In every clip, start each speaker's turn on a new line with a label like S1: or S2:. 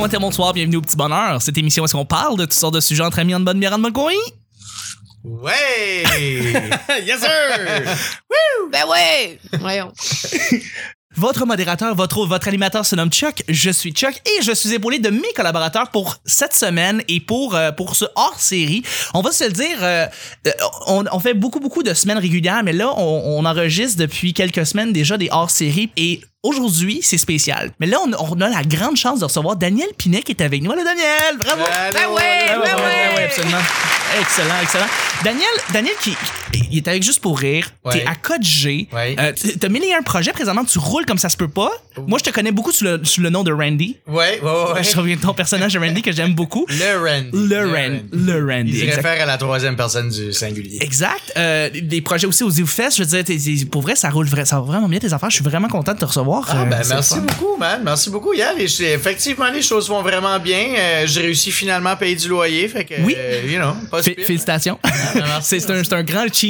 S1: matin, bonsoir, bienvenue au Petit Bonheur. Cette émission, où est-ce qu'on parle de toutes sortes de sujets entre amis en bonne bière en bonne compagnie?
S2: Ouais! yes, sir!
S3: Ben ouais! Voyons.
S1: Votre modérateur, votre hôte, votre animateur se nomme Chuck. Je suis Chuck et je suis épaulé de mes collaborateurs pour cette semaine et pour euh, pour ce hors série. On va se le dire, euh, euh, on, on fait beaucoup beaucoup de semaines régulières, mais là on, on enregistre depuis quelques semaines déjà des hors séries et aujourd'hui c'est spécial. Mais là on, on a la grande chance de recevoir Daniel Pinet qui est avec nous. Voilà Daniel, bravo.
S3: Ben ouais,
S1: Ah ouais,
S2: Eh
S3: ben
S1: ouais, ouais, ouais,
S3: ouais!
S1: absolument. Excellent, excellent. Daniel, Daniel qui, qui- il est avec juste pour rire.
S2: Ouais.
S1: T'es à Code G.
S2: Ouais.
S1: Euh, t- T'as mille et un projets présentement, tu roules comme ça se peut pas. Moi, je te connais beaucoup sous le, sous le nom de Randy.
S2: Ouais, ouais, ouais, ouais.
S1: Je reviens de ton personnage de Randy que j'aime beaucoup.
S2: Le Randy.
S1: Le, Ran- le Randy.
S2: Il se
S1: exact.
S2: réfère à la troisième personne du singulier.
S1: Exact. Euh, des projets aussi aux Fest. Je veux dire, t'es- t'es- pour vrai, ça roule vra- ça va vraiment bien tes affaires. Je suis vraiment content de te recevoir.
S2: Ah,
S1: Euh,
S2: ben,
S1: c'est
S2: merci
S1: le fun.
S2: beaucoup, man. Merci beaucoup. Yeah, les- c'est- effectivement, les choses vont vraiment bien. Euh, J'ai réussi finalement à payer du loyer. Fait que,
S1: Oui.
S2: euh, you know, pas si
S1: Fé-
S2: pire.
S1: Félicitations.
S2: ben, merci,
S1: c'est c'est un, c'est un grand achievement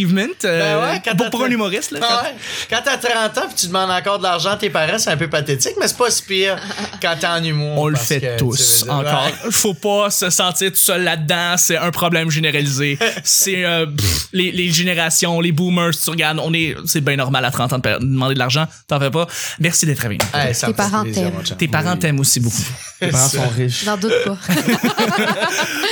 S1: euh,
S2: Ben ouais, quand
S1: pour,
S2: t'as-
S1: pour un humoriste. Là,
S2: Ah ouais. Quand t'as 30 ans et tu demandes encore de l'argent à tes parents, c'est un peu pathétique, mais c'est pas si pire quand t'es en humour.
S1: On le
S2: parce
S1: fait
S2: que, tu
S1: tous,
S2: sais,
S1: encore.
S2: ouais.
S1: Faut pas se sentir tout seul là-dedans. C'est un problème généralisé. c'est euh, pff, les, les générations, les boomers, tu regardes, on est, c'est bien normal à 30 ans de per- demander de l'argent. T'en fais pas. Merci d'être avec nous.
S2: Hey, ça
S3: Tes
S2: me fait
S3: parents
S2: plaisir,
S3: t'aiment.
S2: mon chum.
S1: Tes parents
S2: Oui.
S1: t'aiment aussi beaucoup.
S4: Les parents sont riches.
S3: J'en doute pas.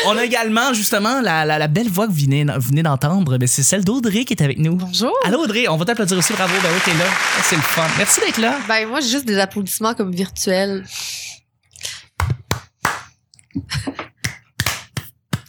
S1: On a également, justement, la, la- la belle voix que vous venez, vous venez d'entendre. Ben, c'est celle d'Audrey qui est avec nous.
S3: Bonjour!
S1: Allô, Audrey, on va t'applaudir aussi. Bravo, ben oui, t'es là. C'est le fun. Merci d'être là.
S3: Ben moi, j'ai juste des applaudissements comme virtuels.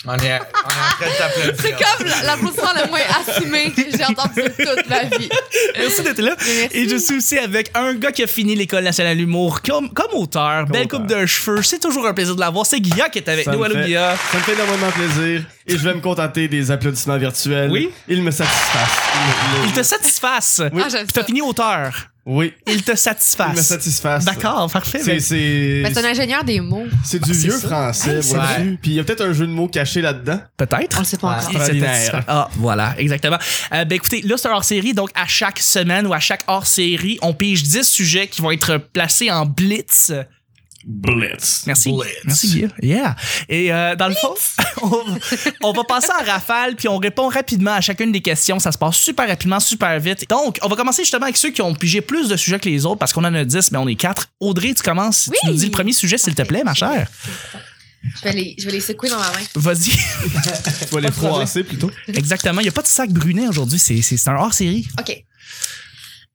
S2: On est, on est en train de t'applaudir.
S3: C'est comme l'applaudissement le moins assumé que j'ai entendu toute ma vie.
S1: Merci d'être là.
S3: Merci.
S1: Et je suis aussi avec un gars qui a fini l'école nationale d'humour comme, comme auteur. Belle
S4: auteur.
S1: coupe de cheveux. C'est toujours un plaisir de l'avoir. C'est Guilla qui est avec
S4: Ça
S1: nous.
S4: me
S1: Allô,
S4: fait-
S1: Guilla.
S4: Ça me fait énormément plaisir et je vais me contenter des applaudissements virtuels.
S1: Oui.
S4: Ils me satisfassent. Ils me-
S1: Il
S4: le-
S1: te satisfasse.
S3: Ah, j'aime
S1: T'as
S3: ça.
S1: fini auteur.
S4: Oui,
S1: Il te
S4: ils me
S1: satisfasse.
S4: satisfassent.
S1: D'accord, parfait.
S4: C'est, c'est,
S3: Ben, c'est un ingénieur des mots.
S4: c'est du
S1: Ah, c'est
S4: vieux
S1: ça.
S4: français,
S1: Hey, c'est
S4: vois-tu. Puis il y a peut-être un jeu de mots caché là-dedans.
S1: Peut-être.
S3: On le sait pas encore.
S1: Il se
S4: Extraordinaire.
S1: satisfait. Ah, voilà, exactement. Euh, ben écoutez, là, c'est un hors-série, donc à chaque semaine ou à chaque hors-série, on pige 10 sujets qui vont être placés en blitz.
S4: Blitz.
S1: Merci.
S2: Blitz.
S1: Merci, Guilla. Yeah. Et euh, dans le fond, on, on va passer en rafale, puis on répond rapidement à chacune des questions. Ça se passe super rapidement, super vite. Donc, on va commencer justement avec ceux qui ont pigé plus de sujets que les autres, parce qu'on en a 10, mais on est 4. Audrey, tu commences.
S3: Oui.
S1: Tu nous dis le premier sujet, s'il te
S3: Parfait.
S1: plaît, ma chère.
S3: Je vais, les, je vais les secouer dans ma main.
S1: Vas-y.
S4: Tu vas les
S1: de problème.
S4: froisser plutôt.
S1: Exactement. Il n'y a pas de sac brunet aujourd'hui. C'est- C'est c'est un hors-série.
S3: OK.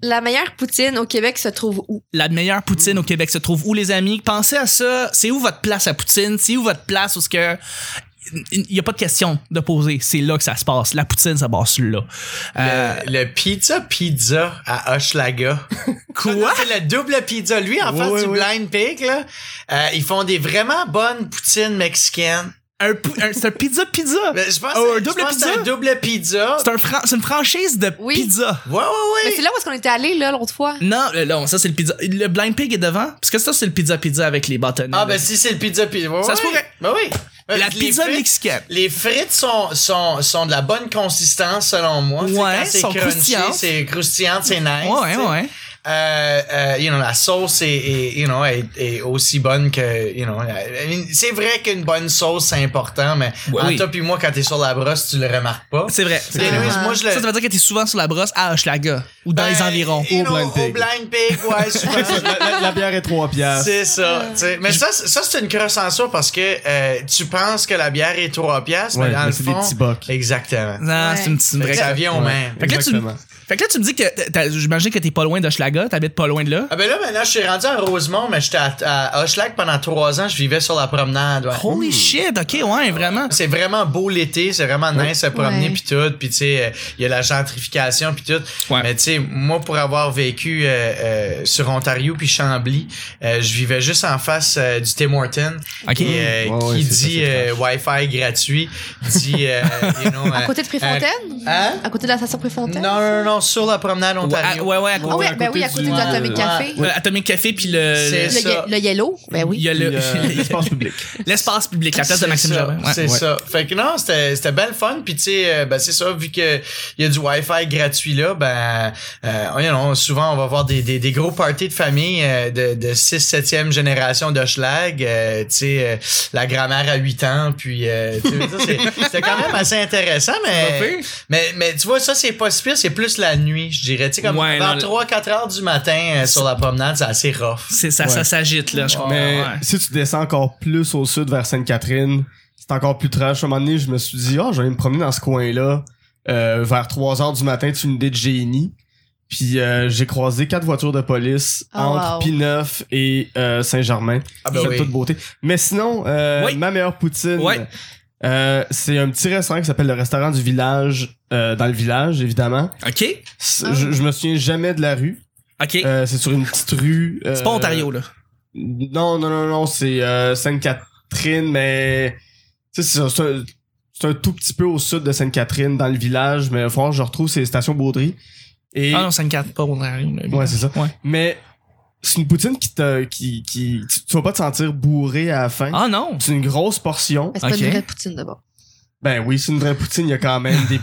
S3: La meilleure poutine au Québec se trouve où?
S1: la meilleure poutine au Québec se trouve où les amis pensez à ça c'est où votre place à poutine c'est où votre place où ce que il n'y a pas de question de poser c'est là que ça se passe la poutine ça passe là Euh,
S2: Le, le pizza pizza à Hochelaga.
S1: Quoi?
S2: C'est le double pizza. Lui, en
S4: Ouais,
S2: face
S4: ouais,
S2: du
S4: ouais.
S2: Blind Pig, là, euh, ils font des vraiment bonnes poutines mexicaines.
S1: un pou- un- c'est un pizza pizza
S2: Ben, je pense
S1: Oh,
S2: que-
S1: un
S2: je
S1: double
S2: pense que c'est
S1: pizza?
S2: un double pizza.
S1: c'est un fran- c'est une franchise de
S3: Oui.
S1: pizza
S2: Ouais, ouais,
S3: Mais
S2: ouais.
S3: Ben, c'est là où est-ce qu'on était allé là l'autre fois?
S1: non euh, non ça c'est le pizza le blind pig est devant parce que ça c'est le pizza pizza avec les bâtonnets
S2: Ah, ben
S1: de-
S2: si c'est le pizza pizza. Ouais,
S1: Ça se
S2: ouais.
S1: pourrait.
S2: Ben oui. Ben,
S1: la
S2: les
S1: pizza
S2: frites-
S1: mexicaine
S2: Les frites sont, sont, sont de la bonne consistance selon moi. Tu sais,
S1: Ouais,
S2: quand c'est
S1: sont
S2: crunchy,
S1: croustillantes.
S2: C'est croustillant, c'est nice.
S1: ouais
S2: tu sais.
S1: ouais
S2: euh, euh, you know, la sauce est, est, you know, est, est aussi bonne que, you know, euh, c'est vrai qu'une bonne sauce, c'est important, mais
S1: Ouais,
S2: en
S1: oui.
S2: toi puis moi, quand t'es sur la brosse, tu le remarques pas.
S1: c'est vrai
S2: Anyways,
S3: clair.
S2: moi, je le...
S1: ça ça veut dire que t'es souvent sur la brosse à Hochelaga ou dans
S2: Ben,
S1: les environs
S2: you
S4: au
S2: know,
S4: Blind Pig.
S2: Blind Pig, ouais, souvent.
S4: la, la- la bière est 3 piastres.
S2: C'est ça. tu sais. Mais ça, c'est- ça c'est une crosse en soi parce que euh, tu penses que la bière est 3 piastres, mais
S4: Ouais,
S2: dans
S4: mais
S2: le
S4: c'est des
S2: fond.
S4: petits bucks.
S2: Exactement.
S1: non c'est une, c'est une
S2: Fait que
S1: vraie
S2: ça vient au
S4: Ouais.
S2: même.
S1: Fait que là, tu-
S4: Exactement.
S1: Fait que là, tu me dis que t'as- t'as- j'imagine que t'es pas loin d'Hochelaga, t'habites pas loin de là.
S4: Euh,
S2: Ah ben là, maintenant, je suis rendu à Rosemont, mais j'étais à, à Hochelag pendant trois ans, je vivais sur la promenade. ouais.
S1: Holy shit, ok, ouais, vraiment.
S2: C'est vraiment beau l'été, c'est vraiment nice se promener
S3: Ouais.
S2: puis tout, puis tu sais euh, il y a la gentrification puis tout.
S1: Ouais.
S2: Mais tu sais moi pour avoir vécu euh, euh, sur Ontario puis Chambly, euh, je vivais juste en face euh, du Tim Hortons
S1: Ok.
S2: et, euh,
S4: Mm. Ouais, ouais,
S2: qui
S4: c'est ça,
S2: dit
S4: c'est
S2: euh, Wi-Fi gratuit, dit euh, you know,
S3: À
S2: euh,
S3: côté de Préfontaine?
S2: hein?
S3: À côté de la station Préfontaine?
S2: Non non non, sur la promenade
S1: Ouais,
S2: Ontario.
S1: ouais, ouais, à côté.
S3: Ah ouais,
S4: à
S3: ben
S4: côté
S3: oui, à à côté de l'Atomic Café.
S1: Euh, Atomic Café, puis le.
S2: C'est-
S3: Le,
S2: ça.
S3: ye- le yellow, ben
S1: Il y
S3: oui.
S1: a le-
S4: euh, l'espace public.
S1: l'espace public, la place de
S2: C'est
S1: Maxime
S2: ça,
S1: Gervais. Ouais.
S2: C'est
S4: Ouais.
S2: ça. Fait que non, c'était c'était belle fun. Puis tu sais, euh, ben, c'est ça, vu que il y a du Wi-Fi gratuit là, ben euh, you know, souvent on va voir des, des, des gros parties de famille euh, de, de 6 7e génération de schlag, euh, tu sais, euh, la grand-mère à 8 ans, puis euh, tu sais, je veux dire, c'est- c'était quand même assez intéressant, mais, mais mais tu vois, ça c'est pas si pire, c'est plus la nuit, je dirais. Tu sais, comme
S1: Ouais, non,
S2: vers
S1: le-
S2: 3-4 heures du matin euh, sur la promenade, c'est assez rough.
S1: C'est ça, ça
S4: Ouais.
S1: s'agite, là, je comprends.
S4: Mais
S1: Ah, ouais.
S4: si tu descends encore plus au sud vers Sainte-Catherine, c'est encore plus trash. À un moment donné, je me suis dit, oh, je vais aller me promener dans ce coin-là. Euh, vers 3 heures du matin, tu une idée de génie. Puis euh, j'ai croisé quatre voitures de police
S3: Oh,
S4: entre
S3: wow.
S4: Pineuf et euh, Saint-Germain.
S2: Ah ben
S4: De
S2: oui.
S4: toute beauté. Mais sinon, euh,
S1: Oui.
S4: ma meilleure poutine,
S1: Oui.
S4: euh, c'est un petit restaurant qui s'appelle le restaurant du village, euh, dans le village, évidemment.
S1: OK?
S4: C'est-
S3: Ah.
S4: Je, je me souviens jamais de la rue.
S1: OK.
S4: Euh, c'est sur une petite rue. euh,
S1: c'est pas Ontario, là.
S4: non, non, non, non, c'est euh, Sainte-Catherine, mais tu sais, c'est un- c'est un, c'est un tout petit peu au sud de Sainte-Catherine, dans le village, mais il va falloir que je retrouve ces stations Baudry. Et,
S1: Ah non, 54, pas Ontario. là.
S4: Ouais, c'est ça.
S1: Ouais.
S4: Mais c'est une poutine qui te. Qui, qui, tu, tu vas pas te sentir bourré à la fin.
S1: Ah non!
S4: C'est une grosse portion.
S3: Mais Ben, c'est pas
S1: Ok.
S3: une vraie poutine d'abord.
S4: Ben oui, c'est une vraie poutine, il y a quand même des,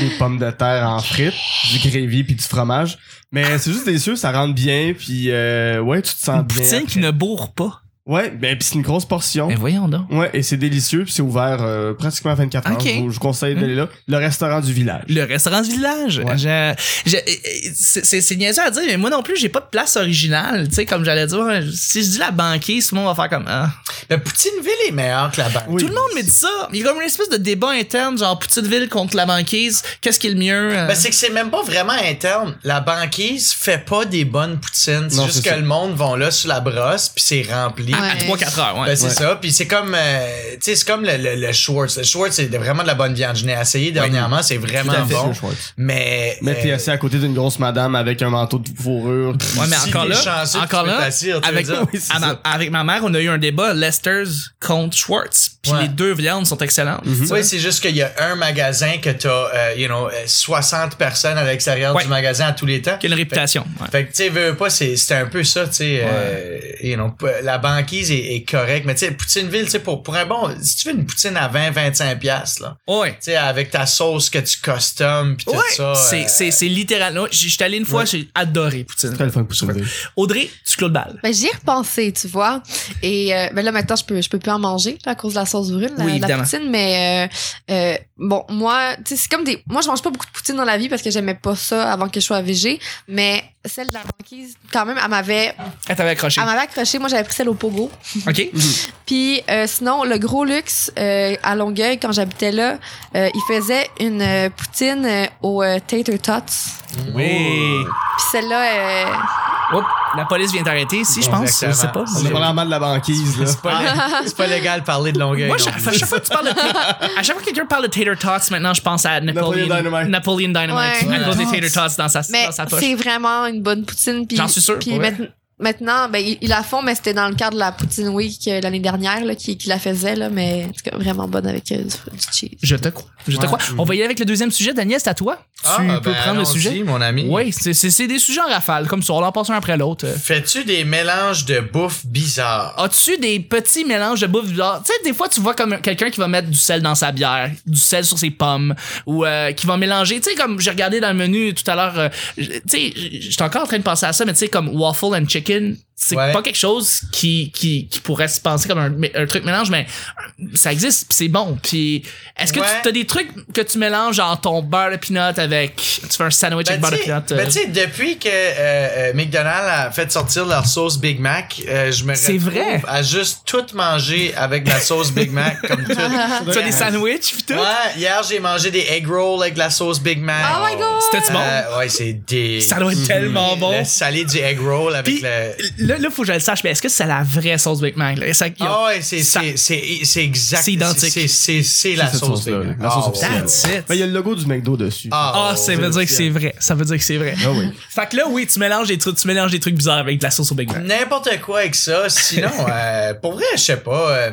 S4: des pommes de terre en frites, du gravy puis du fromage. Mais c'est juste délicieux, ça rentre bien, puis euh, ouais, tu te sens
S1: Une
S4: bien.
S1: poutine qui ne bourre pas.
S4: Ouais, ben puis c'est une grosse portion.
S1: Mais voyons donc.
S4: Ouais, et c'est délicieux, puis c'est ouvert euh, pratiquement 24 heures.
S1: Ok. Mm.
S4: Je vous- Je vous conseille d'aller là. Le restaurant du village.
S1: Le restaurant du village.
S4: Ouais.
S1: Je- je- euh, c'est- c'est c'est niaiseux à dire, mais moi non plus, j'ai pas de place originale. Tu sais, comme j'allais dire, hein. si je dis la banquise, tout le monde va faire comme. Ah.
S2: La Poutineville est meilleure que la banque.
S4: Oui.
S1: Tout le monde me dit ça. Il y a comme une espèce de débat interne, genre Poutineville contre la banquise. Qu'est-ce qui est le mieux? euh?
S2: Ben, c'est que c'est même pas vraiment interne. La banquise fait pas des bonnes poutines. C'est
S4: Non,
S2: juste
S4: c'est
S2: que
S4: ça.
S2: le monde vont là sur la brosse puis c'est rempli.
S1: à
S3: Ouais.
S1: 3-4 heures, ouais.
S2: Ben, c'est ça. Puis c'est comme, euh, tu sais, c'est comme le, le, le Schwartz. Le Schwartz, c'est de- vraiment de la bonne viande. Je l'ai essayé dernièrement, c'est
S4: Tout
S2: vraiment
S4: à fait,
S2: bon.
S4: le Schwartz.
S2: Mais.
S4: Mais t'es
S2: euh,
S4: assis à côté d'une grosse madame avec un manteau de fourrure.
S1: Ouais, mais
S2: Si
S1: encore
S2: t'es
S1: là,
S2: chanceux, tu
S1: encore
S2: peux
S1: là,
S2: t'asseoir, tu veux
S1: avec,
S2: dire.
S4: Oui, c'est
S1: à ma-
S4: ça.
S1: avec ma mère, on a eu un débat Lester's contre Schwartz. Puis
S2: Ouais. Mhm.
S1: les deux viandes sont excellentes.
S2: Oui, c'est juste qu'il y a un magasin que t'as, euh, you know, euh, 60 personnes à l'extérieur
S1: Ouais.
S2: du magasin à tous les temps.
S1: Quelle réputation. ouais.
S2: Fait que, tu sais, veux, veux pas, c'est c'était un peu ça, tu sais. euh, you know, p- la banquise est, est correcte, mais tu sais, Poutineville, tu sais, pour, pour un bon, si tu veux une poutine à 20, 25 piastres, là,
S1: Ouais.
S2: tu sais, avec ta sauce que tu customes, pis tout
S1: Ouais,
S2: ça.
S1: c'est
S2: euh,
S1: c'est- c'est littéralement. J'étais allé une fois, j'ai adoré Poutine.
S4: Très le fun pour se lever.
S1: Audrey, tu clôt le bal.
S3: Ben, j'y ai repensé, tu vois. Et euh, ben là, maintenant, je peux, je peux plus en manger là, à cause de la sauce brune, la,
S1: Oui,
S3: la
S1: évidemment.
S3: poutine. Mais euh, euh, bon, moi, tu sais, c'est comme des. Moi, je mange pas beaucoup de poutine dans la vie parce que j'aimais pas ça avant que je sois végé. Mais celle de la banquise, quand même, elle m'avait,
S1: Elle t'avait Ah, accroché. Mm.
S3: elle m'avait accroché. Moi, j'avais pris celle au pogo.
S1: OK?
S3: Puis euh, sinon, le gros luxe euh, à Longueuil, quand j'habitais là, euh, il faisait une euh, poutine euh, au euh, tater tots.
S1: Oui.
S3: Puis celle-là, euh,
S1: Oh. Oups, la police vient t'arrêter ici, je pense. Je sais pas.
S2: Exactement.
S4: On est vraiment de la banquise, là.
S2: C'est pas, lég- ah, c'est pas légal de parler de longueur.
S1: Moi, chaque- à chaque fois que tu parles de- à chaque fois que quelqu'un parle de Tater Tots, maintenant, je pense à Napoleon,
S4: Napoleon Dynamite.
S1: Napoleon Dynamite,
S3: Ouais.
S1: à cause des
S4: Tots.
S1: Tater Tots dans sa,
S3: Mais
S1: dans sa poche.
S3: c'est vraiment une bonne poutine. puis-
S1: J'en suis sûr,
S3: Puis
S1: ouais.
S3: maintenant- maintenant, ben, ils, ils la font, mais c'était dans le cadre de la Poutine Week euh, l'année dernière là, qui, qui la faisait, là, mais en tout cas, vraiment bonne avec euh, du, du cheese.
S1: Je te crois. Je te
S2: Ouais.
S1: crois. On va y aller avec le deuxième sujet. Daniel, c'est à toi. Tu
S2: Ah,
S1: peux
S2: ben,
S1: prendre le
S2: allons-y,
S1: sujet.
S2: mon ami.
S1: Oui, c'est c'est- c'est des sujets en rafale, comme ça. On en passe un après l'autre. Euh,
S2: Fais-tu des mélanges de bouffe bizarres?
S1: As-tu des petits mélanges de bouffe bizarre? Tu sais, des fois, tu vois comme quelqu'un qui va mettre du sel dans sa bière, du sel sur ses pommes, ou euh, qui va mélanger. Tu sais, comme j'ai regardé dans le menu tout à l'heure, euh, je- tu sais, j'étais encore en train de penser à ça, mais tu sais, comme waffle and chicken, c'est
S2: Ouais.
S1: pas quelque chose qui, qui, qui pourrait se penser comme un, un truc mélange, mais euh, ça existe, pis c'est bon. Puis est-ce que
S2: Ouais.
S1: tu as des trucs que tu mélanges en ton beurre de peanut avec. Tu fais un sandwich avec
S2: Ben,
S1: beurre de
S2: tu sais,
S1: peanut? euh,
S2: ben, tu sais, depuis que euh, euh, McDonald's a fait sortir leur sauce Big Mac, euh, je me
S1: C'est
S2: retrouve
S1: vrai.
S2: à juste tout manger avec ma sauce Big Mac comme tout.
S1: tu as des sandwichs, pis tout?
S2: Ouais, hier j'ai mangé des egg rolls avec la sauce Big Mac.
S3: Oh my god!
S1: C'était-tu bon?
S2: Euh, ouais, c'est des.
S1: Ça doit être tellement bon.
S2: Mhm. Le salé du egg roll avec
S1: Puis,
S2: le.
S1: là, là, faut que je le sache, mais est-ce que c'est la vraie sauce Big Mac? là? Ça- il y a-
S4: Oh,
S2: Ah ouais, c'est
S1: ça-
S2: c'est c'est c'est exact.
S1: C'est identique.
S2: c'est- C'est c'est la
S4: cette
S2: sauce Big
S4: sauce-là,
S2: Mac.
S4: la sauce
S2: Ah,
S4: officielle.
S2: ouais.
S1: That's it.
S4: Ben, il y a le Oh, logo du McDo dessus.
S1: Ah, ça veut dire que c'est vrai. Ça veut dire que c'est vrai.
S4: Ah oui.
S1: Fait que là, oui, tu mélanges des trucs, tu mélanges des trucs bizarres avec de la sauce au Big Mac.
S2: N'importe quoi avec ça. Sinon, euh, pour vrai, je sais pas. euh,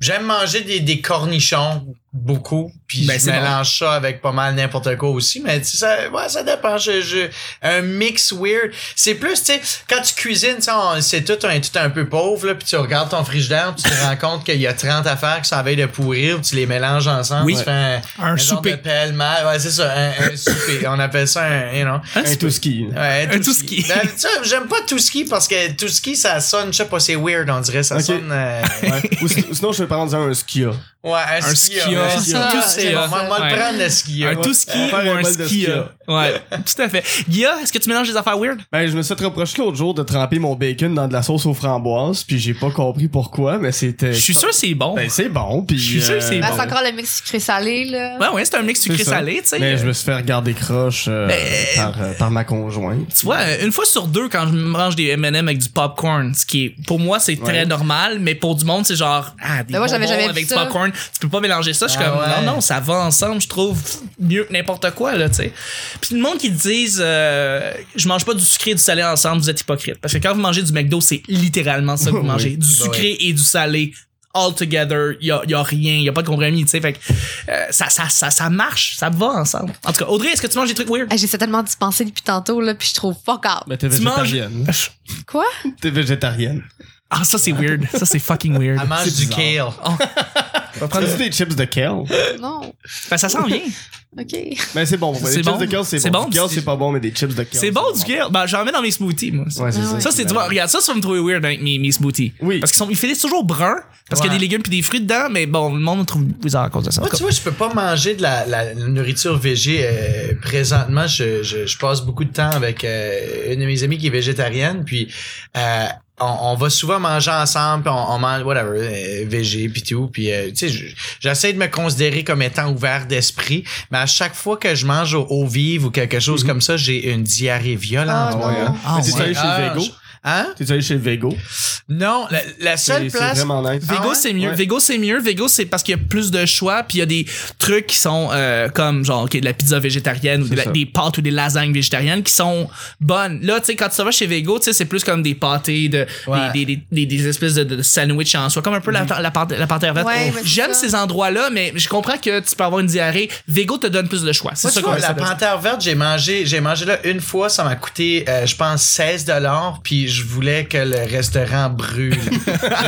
S2: J'aime manger des, des cornichons beaucoup, puis
S1: Ben,
S2: je
S1: c'est
S2: mélange ça avec pas mal n'importe quoi aussi, mais tu sais, ça, ouais, ça dépend. Je, je- un mix weird. C'est plus, tu sais, quand tu cuisines, tu sais, on- c'est tout un, tout un peu pauvre, là, puis tu regardes ton frigidaire, puis tu te rends compte qu'il y a 30 affaires qui sont en veille de pourrir, puis tu les mélanges ensemble,
S1: Oui.
S2: tu fais un,
S1: Un
S2: un genre
S1: souper.
S2: de pêle-mêle. Ouais, c'est ça, un, un souper. On appelle ça un, you know.
S1: Un
S4: Un
S1: souper.
S4: tout ski.
S2: Ouais,
S1: Un
S2: Touski.
S1: Touski.
S2: Ben, tu sais, j'aime pas Touski parce que Touski, ça sonne, je sais pas, c'est weird, on dirait, ça
S4: Ok.
S2: sonne. euh,
S4: Ouais. Ou si- sinon, je vais parler en disant un skia.
S2: ouais, un,
S1: Un
S2: skieur.
S1: skieur.
S2: Un skieur,
S3: Ça,
S2: c'est-
S3: j'aime
S2: on
S3: ça.
S2: va- on va
S1: Ouais.
S2: le prendre, le skieur.
S1: Un
S2: Ouais.
S1: tout ski
S4: Euh,
S1: ou
S4: faire un
S1: un
S4: bol de
S1: ski.
S4: ski,
S1: euh. Ouais, tout à fait. Guilla, est-ce que tu mélanges des affaires weird?
S4: Ben, je me suis fait reprocher l'autre jour de tremper mon bacon dans de la sauce aux framboises, puis j'ai pas compris pourquoi, mais c'était.
S1: Je suis sûr que c'est bon.
S4: Ben, c'est bon, puis. euh,
S1: Je suis sûr que c'est
S3: Ben,
S1: bon. hein.
S3: c'est encore le mix sucré-salé, là.
S1: Ouais, ouais, c'est un mix
S4: C'est ça.
S1: sucré-salé, tu sais. euh.
S4: Mais je me suis fait regarder croche euh,
S1: Ben-
S4: par, euh, par ma conjointe.
S1: Tu vois, euh, une fois sur deux, quand je mange des M&M avec du popcorn, ce qui est, pour moi, c'est très
S4: Ouais.
S1: normal, mais pour du monde, c'est genre, ah, des
S3: Ben moi, j'avais
S1: bonbons
S3: jamais vu
S1: avec du
S3: ça.
S1: popcorn, tu peux pas mélanger ça. Je suis
S2: Ah
S1: comme,
S2: ouais.
S1: non, non, ça va ensemble, je trouve mieux que n'importe quoi, là, tu sais. Puis le monde qui disent, euh, je mange pas du sucré et du salé ensemble, vous êtes hypocrite. Parce que quand vous mangez du McDo, c'est littéralement ça que vous
S4: Oui.
S1: mangez. Du
S2: Ben
S1: sucré et du salé. All together, y a, y a rien, y a pas de compromis, tu sais. Fait que, euh, ça, ça, ça, ça marche, ça va ensemble. En tout cas, Audrey, est-ce que tu manges des trucs weird?
S3: Hey, J'essaie Ah, tellement d'y penser depuis tantôt, là, puis je trouve pas grave.
S4: Mais t'es
S1: Tu
S4: végétarienne.
S3: Quoi?
S4: T'es végétarienne.
S1: Ah, ça, c'est weird. Ça, c'est fucking weird.
S2: Elle mange
S4: C'est
S2: du
S4: bizarre.
S2: kale.
S4: Prends-tu des chips de kale?
S3: Non.
S1: Ben, ça s'en vient.
S3: OK.
S4: Ben, c'est bon. pour moi.
S1: C'est
S4: Des
S1: bon.
S4: chips de kale,
S1: C'est
S4: c'est bon.
S1: bon,
S4: Du kale,
S1: c'est-
S4: c'est pas bon, mais des chips de kale.
S1: C'est bon du kale. Ben, j'en mets dans mes smoothies, moi.
S4: Ouais, c'est
S3: Ah
S4: ça.
S3: ouais.
S1: Ça, c'est du bon. Regarde, ça, tu vas me trouver weird avec mes, mes smoothies.
S4: Oui.
S1: Parce qu'ils sont, ils finissent toujours bruns, parce qu'il y a
S2: Ouais.
S1: des légumes puis des fruits dedans, mais bon, le monde me trouve bizarre à cause de ça.
S2: Moi, tu vois, je peux pas manger de la, la nourriture végé euh, présentement. Je, je, je passe beaucoup de temps avec euh, une de mes amies qui est végétarienne, puis euh, on, on va souvent manger ensemble, puis on, on mange whatever euh, végé puis tout. Puis euh, tu sais, je- j'essaie de me considérer comme étant ouvert d'esprit, mais à chaque fois que je mange au, au vive ou quelque chose comme ça, j'ai une diarrhée violente.
S3: Ah,
S4: Ouais, hein.
S1: Mm-hmm. Ah,
S4: Mais T'es
S1: ouais.
S4: allé chez
S2: Ah,
S4: Vego?
S2: je- Hein?
S4: T'es allé chez Vego?
S2: Non, la, la seule
S4: C'est c'est
S2: place.
S4: vraiment nice.
S1: Vego,
S2: Ah ouais?
S1: c'est mieux.
S4: Ouais.
S1: Vego, c'est mieux. Vego, c'est parce qu'il y a plus de choix, puis il y a des trucs qui sont euh, comme, genre, ok, de la pizza végétarienne ou
S4: C'est
S1: de la-
S4: ça.
S1: des pâtes ou des lasagnes végétariennes qui sont bonnes. Là, tu sais, quand tu vas chez Vego, tu sais, c'est plus comme des pâtés, de,
S2: Ouais. Mm-hmm.
S1: des, des, des, des espèces de, de sandwich en soi, comme un peu la- la, pâte- la pâte hervette.
S3: Ouais, mais c'est
S1: J'aime
S3: ça.
S1: ces endroits-là, mais je comprends que tu peux avoir une diarrhée. Vego te donne plus de choix. C'est
S2: Moi,
S1: ça
S2: tu
S1: qu'on
S2: vois,
S1: essaie
S2: la
S1: de dire.
S2: panthère verte, j'ai mangé, j'ai mangé là une fois, ça m'a coûté, euh, je pense, 16 dollars, puis je voulais que le restaurant brûle.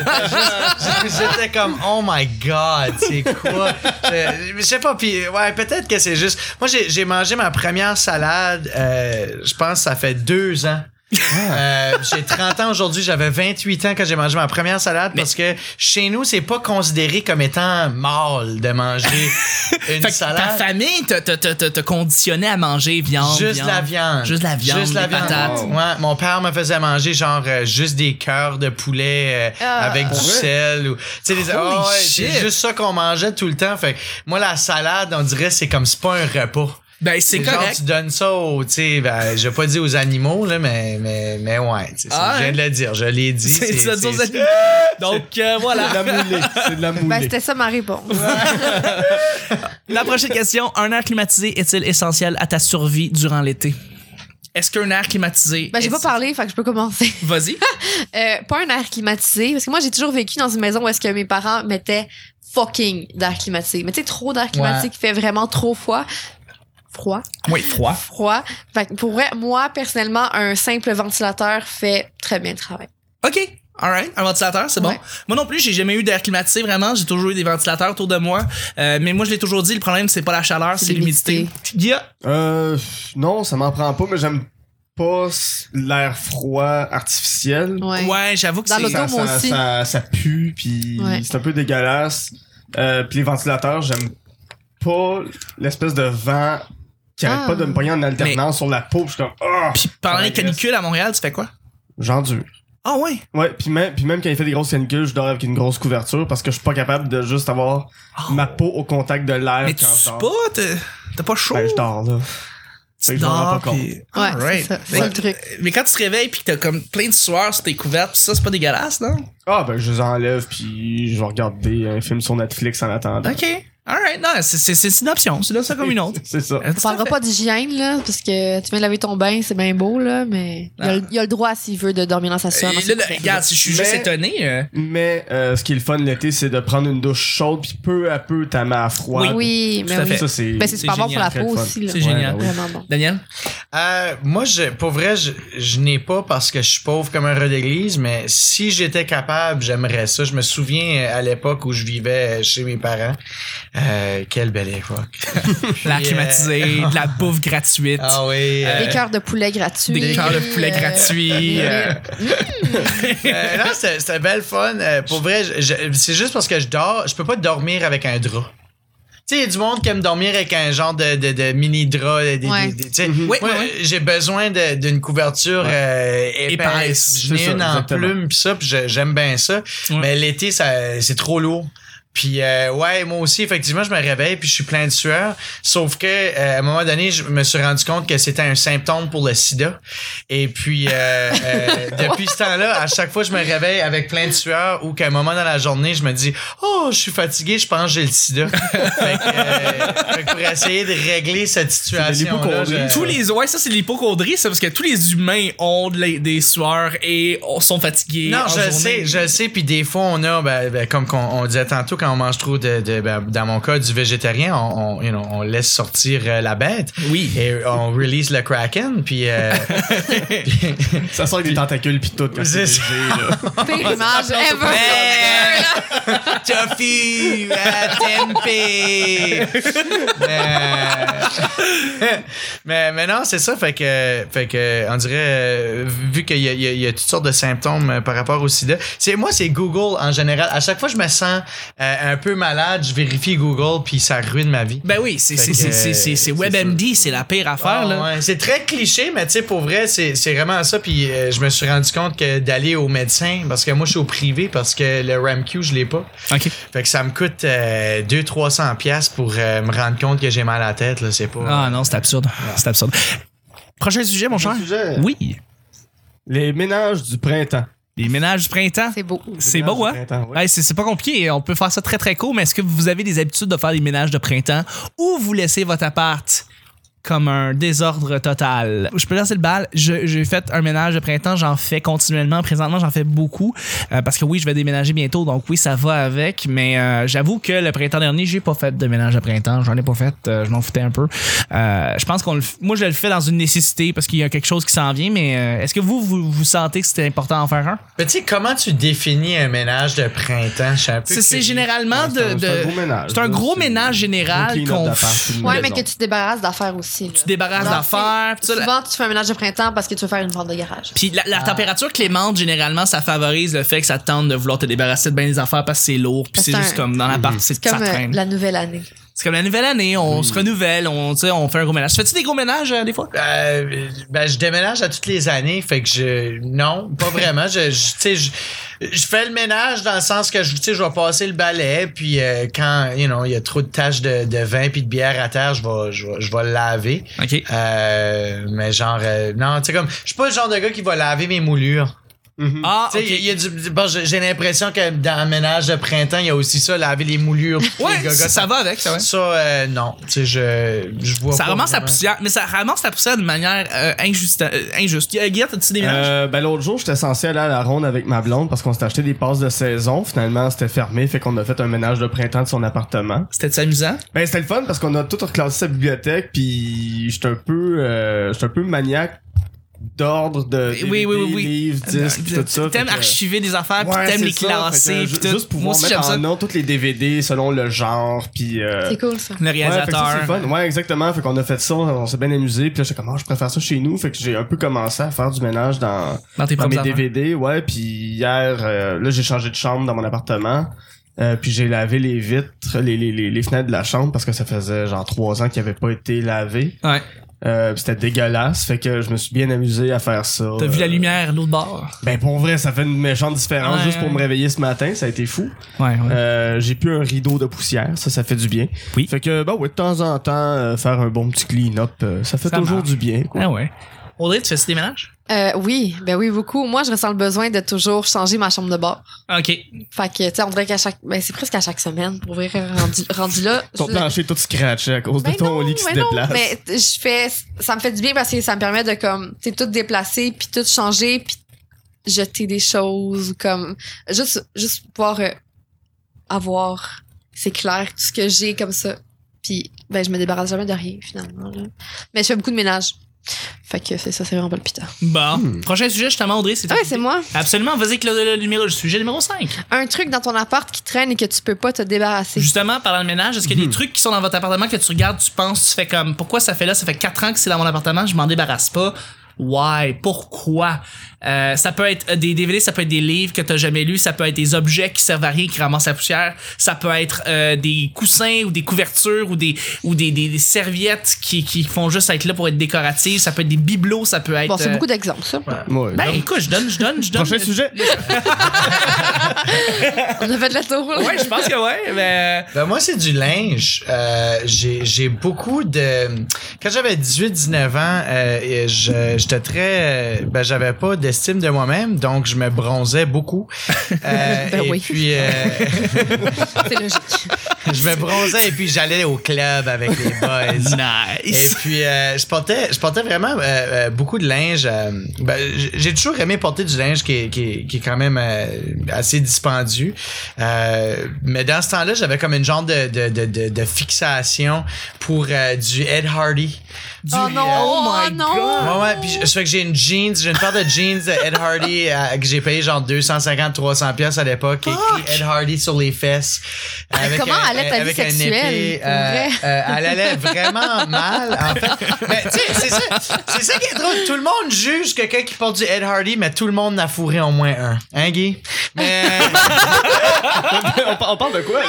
S2: J'étais juste- J'étais comme, oh my god, c'est quoi? Je, je sais pas, puis ouais, peut-être que c'est juste. Moi, j'ai j'ai mangé ma première salade, euh, je pense, ça fait deux ans.
S1: Ah.
S2: Euh, j'ai 30 ans aujourd'hui, j'avais 28 ans quand j'ai mangé ma première salade parce que chez nous, c'est pas considéré comme étant mal de manger
S1: Fait
S2: une
S1: que
S2: salade.
S1: ta famille te, te, te, te, te conditionnait à manger viande.
S2: Juste la viande.
S1: Juste la viande,
S2: Juste la
S1: des
S2: viande.
S1: patates.
S2: Ouais, mon père me faisait manger genre euh, juste des cœurs de poulet euh,
S3: Ah.
S2: avec du
S4: Pour vrai?
S2: sel ou tu sais les
S1: Holy
S2: Ah ouais,
S1: shit.
S2: c'est juste ça qu'on mangeait tout le temps. Fait que moi la salade, on dirait c'est comme c'est pas un repas.
S1: Ben, c'est
S2: genre
S1: correct.
S2: tu donnes ça aux tu sais ben, je vais pas dire aux animaux là mais mais mais ouais, tu sais, c'est-
S1: Ah,
S2: je viens
S1: hein.
S2: de le dire, je l'ai dit,
S1: C'est-
S2: c'est-
S1: c'est-
S2: c'est-
S1: c'est- Donc, euh, voilà.
S4: C'est de la moulée. C'est de la
S3: Ben,
S4: moulée.
S3: c'était ça ma réponse.
S1: La prochaine question. Un air climatisé est-il essentiel à ta survie durant l'été? Est-ce qu'un air climatisé.
S3: Ben, j'ai pas
S1: est-
S3: parlé, fait que je peux commencer.
S1: Vas-y.
S3: Euh, pas un air climatisé, parce que moi, j'ai toujours vécu dans une maison où est-ce que mes parents mettaient fucking d'air climatisé. Mais tu sais, trop d'air climatisé
S2: Ouais.
S3: qui fait vraiment trop froid. Froid.
S1: Oui, froid.
S3: Froid. Fait que pour vrai, moi, personnellement, un simple ventilateur fait très bien le travail.
S1: OK. Alright, un ventilateur, c'est bon.
S3: Ouais.
S1: Moi non plus, j'ai jamais eu d'air climatisé vraiment. J'ai toujours eu des ventilateurs autour de moi. Euh, mais moi, je l'ai toujours dit, le problème, c'est pas la chaleur,
S3: C'est
S1: c'est l'humidité. Yeah.
S4: Euh, non, ça m'en prend pas, mais j'aime pas s- l'air froid artificiel.
S3: Ouais.
S1: Ouais, j'avoue que
S3: Dans
S1: c'est.
S3: l'auto.
S4: Ça,
S3: moi
S4: ça,
S3: aussi.
S4: ça- ça pue, puis
S3: Ouais.
S4: c'est un peu dégueulasse. Euh, puis les ventilateurs, j'aime pas l'espèce de vent qui arrête
S3: Ah.
S4: pas de me pogner en alternance sur la peau. puis Je suis comme, ah,
S1: Puis pendant les
S4: m'agresse.
S1: canicules à Montréal, tu fais quoi?
S4: j'endure.
S1: Ah ouais.
S4: Ouais, puis même, puis même quand il fait des grosses canicules, je dors avec une grosse couverture parce que je suis pas capable de juste avoir
S1: Oh.
S4: ma peau au contact de l'air.
S1: Mais tu
S4: quand je
S1: sues
S4: dors.
S1: pas? T'es- T'as pas chaud?
S4: Ben, je dors, là.
S1: tu
S4: fait que je m'en rends
S1: dors,
S4: pas compte.
S1: puis-
S3: Ouais,
S1: Alright.
S3: c'est ça. C'est
S1: Mais-
S3: le truc.
S1: Mais quand tu te réveilles puis que t'as comme plein de sueur sur tes couvertes, pis ça, c'est pas dégueulasse, non?
S4: Ah, ben, je les enlève, puis je vais regarder un film sur Netflix en attendant.
S1: OK. Alright, non, c'est- c'est c'est une option. C'est là ça comme une autre.
S4: C'est ça.
S1: Euh,
S3: On parlera pas d'hygiène, là, parce que tu viens de laver ton bain, c'est bien beau, là, mais il a, le- il a le droit, s'il veut, de dormir dans sa
S1: Euh,
S3: sueur. dans
S1: Ah. là,
S3: ses
S1: là,
S3: couverts.
S1: regarde, je suis juste
S4: Mais-
S1: étonné. euh,
S4: Mais euh, ce qui est le fun l'été, c'est de prendre une douche chaude, puis peu à peu, ta main à froid.
S3: Oui, oui,
S1: Tout
S3: mais
S1: à
S3: oui.
S1: fait.
S4: Ça, c'est.
S3: Ben, c'est super
S1: C'est
S3: bon pour la
S4: génial,
S3: peau
S4: très
S3: aussi, là.
S1: C'est génial.
S4: Ouais, ben oui.
S3: Vraiment bon.
S1: Daniel?
S2: Euh, moi, je, pour vrai, je, je n'ai pas parce que je suis pauvre comme un rat d'église, mais si j'étais capable, j'aimerais ça. Je me souviens euh, à l'époque où je vivais euh, chez mes parents. Euh, quelle belle époque.
S1: L'air
S2: euh,
S1: climatisé, de la bouffe gratuite,
S2: Ah oui. euh,
S3: Des cœurs de poulet gratuits.
S1: des cœurs de poulet
S3: euh,
S1: gratuits. euh,
S2: euh, non, c'était c'était belle fun. Euh, pour vrai, je- je- c'est juste parce que je dors. Je peux pas dormir avec un drap. Tu sais, il y a du monde qui aime dormir avec un genre de, de, de mini drap. Des, des-
S3: Ouais.
S2: des- des- tu sais.
S4: Mhm.
S1: Oui,
S2: Moi,
S1: oui,
S2: j'ai besoin de- d'une couverture euh,
S1: Épaisse,
S2: épaisse.
S4: c'est
S2: J'en ai
S4: ça,
S2: une en
S4: exactement.
S2: plume, pis ça, pis je- j'aime bien ça.
S1: Ouais.
S2: Mais l'été, ça, c'est trop lourd. Puis euh, ouais, moi aussi, effectivement, je me réveille puis je suis plein de sueur. Sauf que euh, à un moment donné, je me suis rendu compte que c'était un symptôme pour le sida. Et puis euh, euh, depuis ce temps-là, à chaque fois, je me réveille avec plein de sueur ou qu'à un moment dans la journée, je me dis oh, je suis fatigué, je pense que j'ai le sida. fait, que, euh, fait que pour essayer de régler cette situation là,
S4: l'hypocondrie.
S1: Tous les ouais ça c'est l'hypocondrie ça parce que tous les humains ont de la- des sueurs et on- sont fatigués
S2: Non,
S1: en
S2: je le
S1: journée.
S2: sais, je le sais. Puis des fois, on a, ben, ben, comme qu'on- on, disait tantôt, quand on mange trop de, de- ben, dans mon cas, du végétarien, on, on, you know, on laisse sortir euh, la bête
S1: Oui.
S2: et on release le kraken. Puis euh,
S4: Ça sort avec des tentacules, puis tout. quand
S2: C'est
S4: c'est
S2: ça.
S4: léger, là.
S3: Pire image ever.
S2: Hey! Tofu à tempeh. mais, mais, mais non, c'est ça. Fait que, fait que, on dirait, euh, vu qu'il y a, il y a- il y a toutes sortes de symptômes euh, par rapport au sida, c'est, moi, c'est Google en général. À chaque fois, je me sens euh, un peu malade, je vérifie Google, puis ça ruine ma vie.
S1: ben oui c'est
S2: Fait
S1: c'est
S2: que,
S1: c'est c'est- c'est c'est
S2: c'est
S1: WebMD c'est la pire affaire
S2: Ah,
S1: là
S2: ouais. C'est très cliché, mais tu sais, pour vrai, c'est c'est vraiment ça. Puis euh, je me suis rendu compte que d'aller au médecin, parce que moi, je suis au privé, parce que le RAMQ, je l'ai pas.
S1: ok
S2: Fait que ça me coûte euh, 200-300$ piastres pour euh, me rendre compte que j'ai mal à la tête. Là, c'est pas.
S1: ah non c'est absurde c'est absurde prochain sujet mon cher
S4: sujet.
S1: oui
S4: Les ménages du printemps.
S1: les ménages du printemps
S3: C'est beau.
S1: c'est
S4: Ménages
S1: beau
S4: du
S1: hein
S4: printemps, ouais.
S1: Ouais, c'est c'est pas compliqué, on peut faire ça très très court, mais est-ce que vous avez des habitudes de faire des ménages de printemps ou vous laissez votre appart comme un désordre total? Je peux lancer le bal, Je- j'ai fait un ménage de printemps, j'en fais continuellement, présentement j'en fais beaucoup, euh, parce que oui, je vais déménager bientôt, donc oui, ça va avec, mais euh, j'avoue que le printemps dernier, j'ai pas fait de ménage de printemps, j'en ai pas fait, euh, je m'en foutais un peu. Euh, je pense qu'on le, f- moi je le fais dans une nécessité parce qu'il y a quelque chose qui s'en vient, mais euh, est-ce que vous, vous, vous sentez que c'était important d'en faire un?
S2: Mais tu sais, comment tu définis un ménage de printemps? Je suis un peu
S1: C'est- C'est
S2: curieux.
S1: généralement
S4: Ouais, c'est un-
S1: de-
S4: c'est un
S1: de
S4: gros ménage,
S1: C'est un
S4: là,
S1: gros
S4: c'est-
S1: ménage général
S4: Gros clean-up
S1: qu'on
S4: d'appart,
S1: f-
S4: une
S3: Ouais,
S4: maison.
S3: mais que tu te débarrasses d'affaires aussi.
S1: tu débarrasses
S3: Genre,
S1: d'affaires. puis ça, la-
S3: Souvent, Ah. tu fais un ménage de printemps parce que tu veux faire une vente de garage.
S1: Puis la, la température clémente, généralement, ça favorise le fait que ça te tente de vouloir te débarrasser de bien des affaires parce que c'est lourd. Puis
S3: Parce
S1: c'est
S3: que
S1: juste
S3: un-
S1: comme dans
S4: Mm-hmm.
S1: la partie,
S3: C'est
S1: ça
S3: comme euh,
S1: traîne.
S3: la nouvelle année.
S1: C'est comme la nouvelle année,
S4: Mm-hmm.
S1: on se renouvelle, on, tu sais, on fait un gros ménage. Fais-tu des gros ménages euh, des fois?
S2: Euh, ben, je déménage à toutes les années, fait que je. Non, pas vraiment. je, je- tu sais, je, je fais le ménage dans le sens que je, tu sais, je vais passer le balai, puis euh, quand you know, il y a trop de taches de, de vin puis de bière à terre, je vais, je, vais- je vais le laver.
S1: Ok.
S2: Euh, mais genre, euh, non, tu sais, comme. Je suis pas le genre de gars qui va laver mes moulures.
S4: Mhm.
S1: Ah,
S2: Tu
S1: ok.
S2: sais, il y a du- du- bon, j'ai j'ai l'impression que dans un ménage de printemps, il y a aussi ça, laver les moulures. puis les
S1: Ouais,
S2: gagas,
S1: ça, ça va avec, ça va.
S2: Ça, euh, non. Tu sais, je, je vois
S1: Ça
S2: pas
S1: ramasse la
S2: vraiment.
S1: poussière, mais ça ramasse la poussière de manière euh, injuste. euh, injuste. Euh, Guillaume, t'as-tu des ménages?
S4: Euh, ben, l'autre jour, j'étais censé aller à la ronde avec ma blonde parce qu'on s'était acheté des passes de saison. Finalement, c'était fermé, fait qu'on a fait un ménage de printemps de son appartement.
S1: C'était amusant?
S4: Ben, c'était le fun parce qu'on a tout reclassé sa bibliothèque, puis j'étais un peu, euh, j'étais un peu maniaque d'ordre de
S1: Oui, oui, oui,
S4: DVD,
S1: oui.
S4: livres, disques, puis tout ça.
S1: T'aimes
S4: fait que-
S1: archiver des affaires,
S4: Ouais,
S1: puis t'aimes
S4: c'est
S1: les
S4: ça,
S1: classer,
S4: fait que
S1: puis
S4: ju-
S1: tout.
S4: Juste pouvoir
S1: Moi aussi, j'aime
S4: mettre en
S1: ça.
S4: nom tous les DVD selon le genre, puis. euh,
S3: C'est cool, ça.
S1: Le
S4: ouais, fait que ça, c'est
S1: réalisateur.
S4: le fun. Ouais, exactement. Fait qu'on a fait ça, on s'est bien amusé. Puis là, j'étais comme, Ah, je préfère ça chez nous. Fait que j'ai un peu commencé à faire du ménage dans,
S1: Dans tes
S4: dans mes
S1: propres affaires.
S4: DVD, ouais. Puis hier, euh, là, j'ai changé de chambre dans mon appartement. Euh, puis j'ai lavé les vitres, les, les, les, les fenêtres de la chambre parce que ça faisait genre trois ans qu'ils n'avaient pas été lavées.
S1: Ouais.
S4: Euh, puis c'était dégueulasse. Fait que je me suis bien amusé à faire ça.
S1: T'as vu la
S4: Euh,
S1: lumière, l'autre bord.
S4: Ben pour vrai, ça fait une méchante différence
S1: Ouais,
S4: juste pour
S1: ouais.
S4: me réveiller ce matin. Ça a été fou.
S1: Ouais, ouais.
S4: Euh, j'ai plus un rideau de poussière, ça, ça fait ben du bien.
S1: Oui.
S4: Fait que, bah ouais, de temps en temps, euh, faire un bon petit clean-up, euh, ça fait
S1: Ça
S4: toujours
S1: marche.
S4: du bien. quoi.
S1: Ah ouais. Audrey, tu fais des ménages?
S3: Euh, oui, ben oui, beaucoup. Moi, je ressens le besoin de toujours changer ma chambre de bord.
S1: OK.
S3: Fait que, tu sais, on dirait qu'à chaque. Ben, c'est presque à chaque semaine, pour vrai, rendu, rendu là.
S4: Ton
S3: je-
S4: plancher est tout scratché à cause
S3: Ben
S4: de
S3: non,
S4: ton lit qui se
S3: ben non,
S4: déplace.
S3: Mais t- je fais, ça me fait du bien parce que ça me permet de comme, tu sais, tout déplacer, puis tout changer, puis jeter des choses, ou comme, juste, juste pouvoir euh, avoir, c'est clair, tout ce que j'ai comme ça. Puis, ben, je me débarrasse jamais de rien, finalement. là. Mais je fais beaucoup de ménage. Fait que c'est ça, c'est vraiment pas le pita.
S1: Bon.
S4: Hmm.
S1: Prochain sujet, justement, Audrey, c'est
S3: Ah ouais, c'est moi.
S1: Absolument, vas-y avec le, le- le numéro, le sujet numéro 5.
S3: Un truc dans ton appart qui traîne et que tu peux pas te débarrasser.
S1: Justement, parlant de ménage, est-ce qu'il y a des
S4: Mhm.
S1: trucs qui sont dans votre appartement que tu regardes, tu penses, tu fais comme pourquoi ça fait là, ça fait 4 ans que c'est dans mon appartement, je m'en débarrasse pas. Why? Pourquoi? Euh, ça peut être euh, des DVD, ça peut être des livres que t'as jamais lus, ça peut être des objets qui servent à rien, qui ramassent la poussière, ça peut être euh, des coussins ou des couvertures ou des ou des, des- des serviettes qui, qui font juste être là pour être décoratives, ça peut être des bibelots, ça peut être.
S3: Bon, c'est
S1: euh,
S3: beaucoup d'exemples, ça.
S4: Ouais.
S1: Ben écoute, je donne, je donne, je donne.
S4: Prochain sujet.
S3: On a fait de la tour. là.
S1: Ouais, je pense que ouais, mais.
S2: Ben, moi, c'est du linge. Euh, j'ai j'ai beaucoup de. Quand j'avais 18-19 ans, euh, et je- j'étais très. euh, Ben, j'avais pas d'estime de moi-même, donc je me bronzais beaucoup. Euh,
S3: Ben
S2: et
S3: oui.
S2: puis, euh,
S3: C'est logique.
S2: je me bronzais et puis j'allais au club avec les
S1: euh,
S2: boys. Et
S1: Nice.
S2: puis, euh, je, portais, je portais vraiment euh, euh, beaucoup de linge. euh, ben, j- j'ai toujours aimé porter du linge qui est, qui est- qui est quand même euh, assez dispendieux. Euh, mais dans ce temps-là, j'avais comme une genre de, de, de, de, de fixation pour euh, du Ed Hardy. Du,
S3: Oh non,
S2: euh,
S1: Oh my
S3: oh non.
S1: God.
S2: Ouais, ouais, puis je- ça fait que j'ai une jeans, j'ai une paire de jeans de Ed Hardy euh, que j'ai payé genre 250, 300 pièces à l'époque, qui écrit Ed Hardy sur les fesses. Euh,
S3: Comment
S2: un-
S3: allait ta vie
S2: avec un
S3: sexuelle,
S2: épée,
S3: pour
S2: euh,
S3: vrai?
S2: euh, elle allait vraiment mal. En fait, mais tu sais, c'est ça, c'est ça qui est drôle. Tout le monde juge quelqu'un qui porte du Ed Hardy, mais tout le monde n'a fourré au moins un. Hein, Guy? Mais-
S4: on, par- on parle de quoi, là?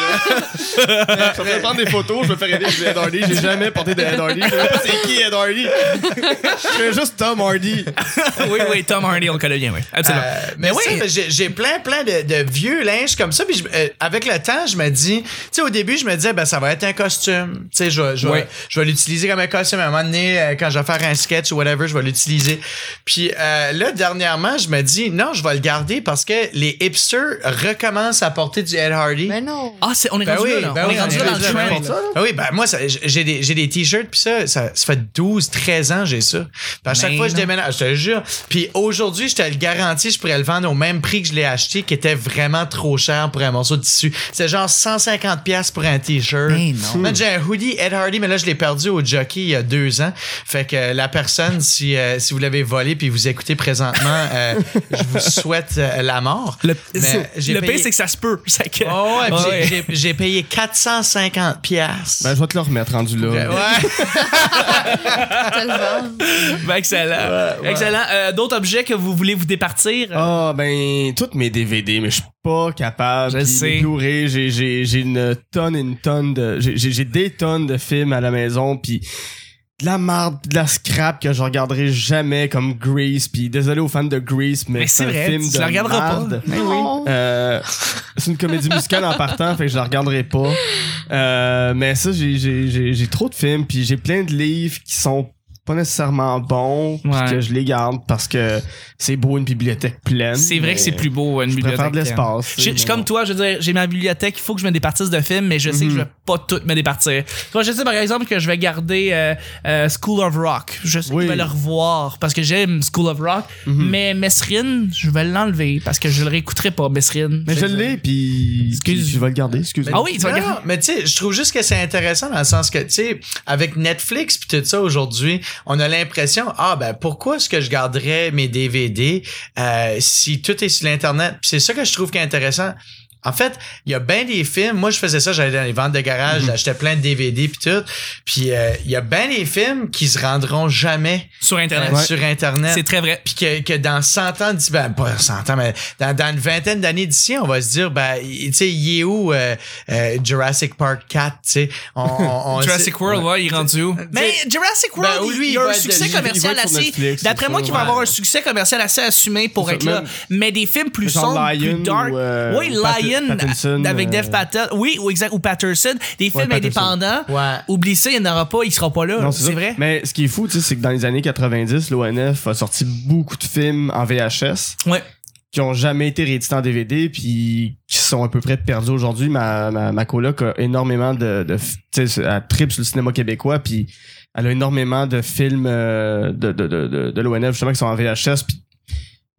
S4: Je vais prendre des photos, je vais faire aider du Ed Hardy. J'ai jamais porté de Ed Hardy. Je sais pas C'est qui Ed Hardy? Je fais juste Tom Hardy.
S1: oui, oui, Tom Hardy, on le connaît bien, oui. Absolument.
S2: Euh, mais oui, j'ai j'ai plein, plein de, de vieux linges comme ça. Puis je- euh, avec le temps, je me dis, tu sais, au début, je me disais, ben, ça va être un costume. Tu sais, je vais, je vais-
S1: Ouais.
S2: je vais l'utiliser comme un costume. À un moment donné, euh, quand je vais faire un sketch ou whatever, je vais l'utiliser. Puis euh, là, dernièrement, je me dis, non, je vais le garder parce que les hipsters recommencent à porter du Ed Hardy.
S3: Mais non.
S1: Ah, c'est, on est
S2: Ben
S1: rendu
S2: oui,
S1: là, là.
S2: ben
S1: on
S2: oui,
S1: est rendu là dans le
S2: rendu là,
S1: trend.
S2: ben Ah oui, ben moi, ça- j'ai des, j'ai des t-shirts, puis ça, ça, ça fait 12, 13 ans, j'ai ça. Puis à chaque
S1: Mais
S2: fois, je
S1: non.
S2: déménage, je te le jure. Puis aujourd'hui, je te le garantis, je pourrais le vendre au même prix que je l'ai acheté, qui était vraiment trop cher pour un morceau de tissu. C'est genre 150$ piastres pour un t-shirt.
S1: Mais non.
S2: Man, j'ai un hoodie Ed Hardy, mais là, je l'ai perdu au jockey il y a deux ans. Fait que euh, la personne, si, euh, si vous l'avez volé, puis vous écoutez présentement, euh, je vous souhaite euh, la mort.
S1: Le,
S2: Mais
S1: c'est-
S2: j'ai
S1: le
S2: payé-
S1: pire, c'est que ça se peut. C'est que-
S2: Oh ouais, puis
S1: Ah ouais.
S2: j'ai- j'ai- j'ai payé 450$. piastres.
S4: Ben, je vais te le remettre rendu
S2: Ouais.
S4: là.
S3: Tellement.
S1: Ben, excellent. Excellent. Euh, d'autres objets que vous voulez vous départir?
S4: Ah, ben, toutes mes DVD, mais je suis pas capable.
S1: Je
S4: Puis
S1: sais.
S4: les Blu-ray, j'ai- j'ai j'ai une tonne, une tonne de. j'ai- J'ai j'ai des tonnes de films à la maison, puis de la marde, de la scrap que je regarderai jamais, comme Grease, puis désolé aux fans de Grease, mais,
S1: Mais c'est
S4: un
S1: vrai,
S4: film
S1: tu
S4: de
S1: la regarderas pas.
S4: marde.
S3: Non.
S4: Euh, c'est une comédie musicale en partant, fait que je la regarderai pas. Euh, mais ça, j'ai- j'ai j'ai- j'ai trop de films, puis j'ai plein de livres qui sont pas nécessairement bons, puis
S1: Ouais.
S4: que je les garde parce que c'est beau une bibliothèque pleine.
S1: c'est vrai que c'est
S4: mais
S1: plus beau, une
S4: Je
S1: bibliothèque. hein.
S4: préfère de l'espace.
S1: Je je suis comme toi, je veux dire, j'ai ma bibliothèque, il faut que je me départisse de films, mais je sais que je vais pas tout me départir. Toi, je sais par exemple que je vais garder euh, euh, School of Rock. Je sais que
S4: Oui.
S1: je vais le revoir parce que j'aime School of Rock, mais Mesrine, je vais l'enlever parce que je le réécouterai pas, Mesrine.
S4: Mais je l'ai, puis
S1: Excuse-
S4: puis je vais le garder. Excuse-moi.
S1: Ah oui, tu vas
S2: Non,
S1: le garder.
S2: non, mais tu sais, je trouve juste que c'est intéressant dans le sens que, tu sais, avec Netflix puis tout ça aujourd'hui, on a l'impression, ah ben pourquoi est-ce que je garderais mes DVD euh, si tout est sur l'Internet? Puis c'est ça que je trouve qui est intéressant. En fait, il y a bien des films. Moi, je faisais ça, j'allais dans les ventes de
S1: Mm-hmm.
S2: garage, j'achetais plein de DVD puis tout. Puis euh, il y a bien des films qui se rendront jamais
S1: Sur
S2: euh,
S1: Internet.
S2: sur Internet
S1: C'est très vrai.
S2: puis que, que dans 100 ans, d'ici- ben, pas 100 ans, mais dans, dans une vingtaine d'années d'ici, on va se dire, ben, il- tu sais, il est où euh, euh, Jurassic Park 4, tu sais? On, on- on sait-
S1: Jurassic World, ouais, il est rendu où? Mais Jurassic
S2: Ben,
S1: World,
S2: où lui,
S1: il y
S2: il
S1: a
S2: va
S1: un
S2: être-
S1: succès
S2: il va être
S1: commercial
S4: sur
S1: assez.
S4: Netflix,
S1: D'après
S4: c'est
S1: moi,
S4: ça,
S1: qu'il va
S4: ouais.
S1: avoir un succès commercial assez assumé pour
S4: C'est
S1: être
S4: ça,
S1: là.
S4: même-
S1: Mais des films plus
S4: Genre
S1: sombres, plus
S4: Lion
S1: dark.
S4: ou, euh,
S1: oui,
S4: Patterson
S1: Alien
S4: Pattinson,
S1: avec
S4: euh,
S1: Dev Patel. Oui, ou exact, ou Patterson. Des films
S4: Patterson.
S1: indépendants.
S2: Ouais.
S1: Oublie ça, il n'y en aura pas, il sera pas là.
S4: Non,
S1: C'est
S4: ça.
S1: vrai?
S4: Mais ce qui est fou, tu sais, c'est que dans les années 90, l'ONF a sorti beaucoup de films en VHS
S1: Ouais.
S4: qui ont jamais été réédités en DVD puis qui sont à peu près perdus aujourd'hui. Ma, ma, ma coloc a énormément de... de tu sais, elle tripe sur le cinéma québécois puis elle a énormément de films euh, de, de, de, de, de l'ONF justement qui sont en VHS puis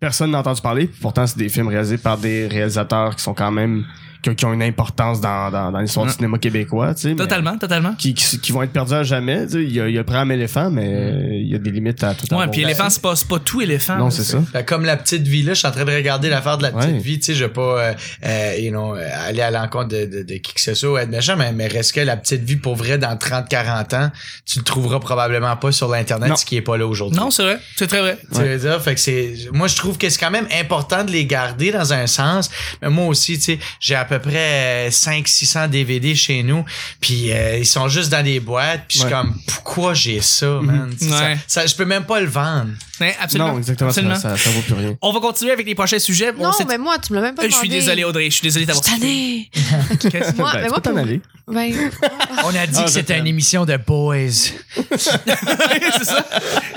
S4: personne n'a entendu parler. puis Pourtant, c'est des films réalisés par des réalisateurs qui sont quand même... qui, qui ont une importance dans, dans, dans l'histoire
S1: Ouais.
S4: du cinéma québécois, tu sais. mais-
S1: Totalement, totalement.
S4: qui, qui, qui vont être perdus à jamais. tu sais. Il y a, il y a le prime éléphant, mais euh, il y a des limites à tout
S1: Ouais,
S4: avoir.
S1: puis éléphant, c'est pas, c'est pas tout éléphant.
S4: Non, c'est ça.
S2: Ben, comme la petite vie, là, je suis en train de regarder l'affaire de la petite
S4: Ouais.
S2: vie, tu sais, je vais pas, euh, euh, you know, euh, aller à l'encontre de, de, de qui que ce soit ou être méchant, mais, mais reste que la petite vie pour vrai dans 30, 40 ans, tu le trouveras probablement pas sur l'Internet,
S4: Non.
S2: ce qui est pas là aujourd'hui.
S1: Non, c'est vrai. C'est très vrai.
S2: Tu veux dire, fait que c'est, moi, je trouve que c'est quand même important de les garder dans un sens. Mais moi aussi, tu sais, j'ai à peu près euh, 5 600 DVD chez nous, puis euh, ils sont juste dans des boîtes, puis je suis
S4: Ouais.
S2: comme, pourquoi j'ai ça, man? Ça-
S1: Ouais.
S2: ça, je peux même pas le vendre. Ah
S1: Ouais, absolument.
S4: Non, exactement. ça-
S1: Absolument.
S4: Ça, ça vaut plus rien.
S1: On va continuer avec les prochains sujets. Bon,
S3: non,
S1: c'est-
S3: mais moi, tu me l'as même pas
S1: Euh,
S3: demandé.
S1: je suis désolé, Audrey. Je suis désolé d'avoir.
S3: Cette année.
S1: Qu'est-ce-
S3: Moi,
S4: Ben,
S3: mais
S4: tu
S3: moi,
S4: peux t'en
S3: pour-
S4: aller.
S3: Ben,
S2: On a dit
S4: Ah,
S2: que
S4: je
S2: c'était
S4: t'aime.
S2: une émission de boys.
S1: c'est ça.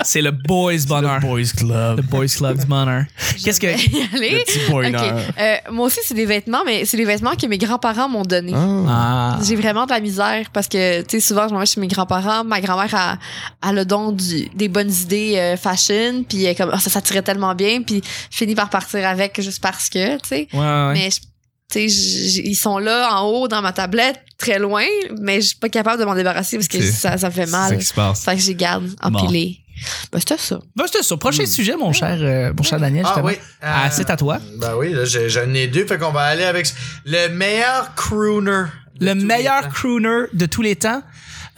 S1: C'est le Boys Bonheur.
S4: Boys Club.
S1: Le Boys Club du Bonheur. Qu'est-ce que.
S3: je vais y aller.
S4: Petit boiner.
S3: Ok. Euh, moi aussi, c'est des vêtements, mais c'est des vêtements que mes grands-parents m'ont donnés.
S4: Ah.
S1: Ah.
S3: J'ai vraiment de la misère parce que, tu sais, souvent, je m'en vais chez mes grands-parents. Ma grand-mère a, a le don du- des bonnes idées euh, fashion, puis elle est comme, Ah, ça, ça tirait tellement bien, puis finit par partir avec juste parce que, tu sais.
S1: Ouais, ouais.
S3: Mais, je- tu sais, j- j- ils sont là, en haut, dans ma tablette, très loin, mais je suis pas capable de m'en débarrasser parce que
S1: C'est-
S3: ça, ça me fait mal.
S1: qui se passe.
S3: Fait que je les garde
S1: Bon.
S3: empilés. Ben, c'était ça.
S1: Bah, c'était ça. Prochain
S4: Hmm.
S1: sujet, mon cher, euh, mon cher Daniel,
S2: Ah
S1: justement.
S2: oui.
S1: Ah,
S2: euh,
S1: c'est à toi.
S2: Ben oui, là, j'ai- j'en ai deux. Fait qu'on va aller avec le meilleur crooner. de
S1: Le
S2: tous les
S1: meilleur
S2: temps.
S1: crooner de tous les temps.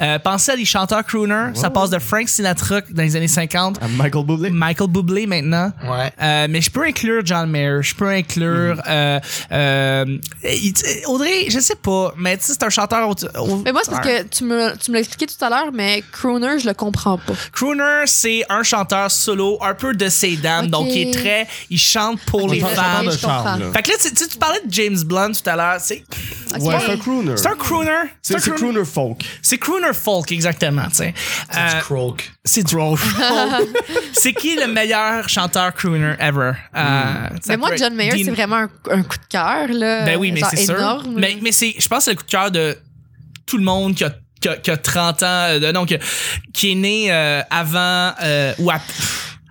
S1: Euh, pensez à des chanteurs crooners. Ça passe de Frank Sinatra dans les années 50,
S4: À Michael Bublé.
S1: Michael Bublé maintenant.
S2: Ouais.
S1: Euh, mais je peux inclure John Mayer, je peux
S4: Mhm.
S1: inclure euh, euh, il- Audrey, je sais pas, mais tu sais, c'est un chanteur. aut- au-
S3: Mais moi, c'est parce que tu me, tu me l'as expliqué tout à l'heure, mais crooner, je le comprends pas.
S1: crooner, c'est un chanteur solo, un peu de ses dames,
S3: Ok.
S1: donc il est très, il chante pour
S3: Ok,
S1: les
S3: je
S1: femmes.
S3: comprends.
S4: de charme,
S3: comprends.
S4: là.
S1: Fait que là, tu, tu- tu parlais de James Blunt tout à l'heure, c'est
S3: Ok.
S4: Ouais, c'est un crooner.
S1: c'est un crooner,
S4: C'est
S1: un
S4: c'est crooner folk.
S1: C'est crooner folk, exactement, tu sais.
S2: C'est
S1: Euh,
S2: du croak.
S1: c'est du c'est qui le meilleur chanteur crooner ever? Euh,
S4: Mm.
S1: ça
S3: Mais moi,
S1: peut être
S3: John Mayer,
S1: Dean-
S3: c'est vraiment un, un coup de cœur, là.
S1: Ben oui, mais
S3: Euh, Genre
S1: c'est sûr.
S3: énorme.
S1: Mais, mais c'est, je pense que c'est le coup de cœur de tout le monde qui a, qui a- qui a 30 ans, euh, de- non, qui, a- qui est né euh, avant euh, ou à,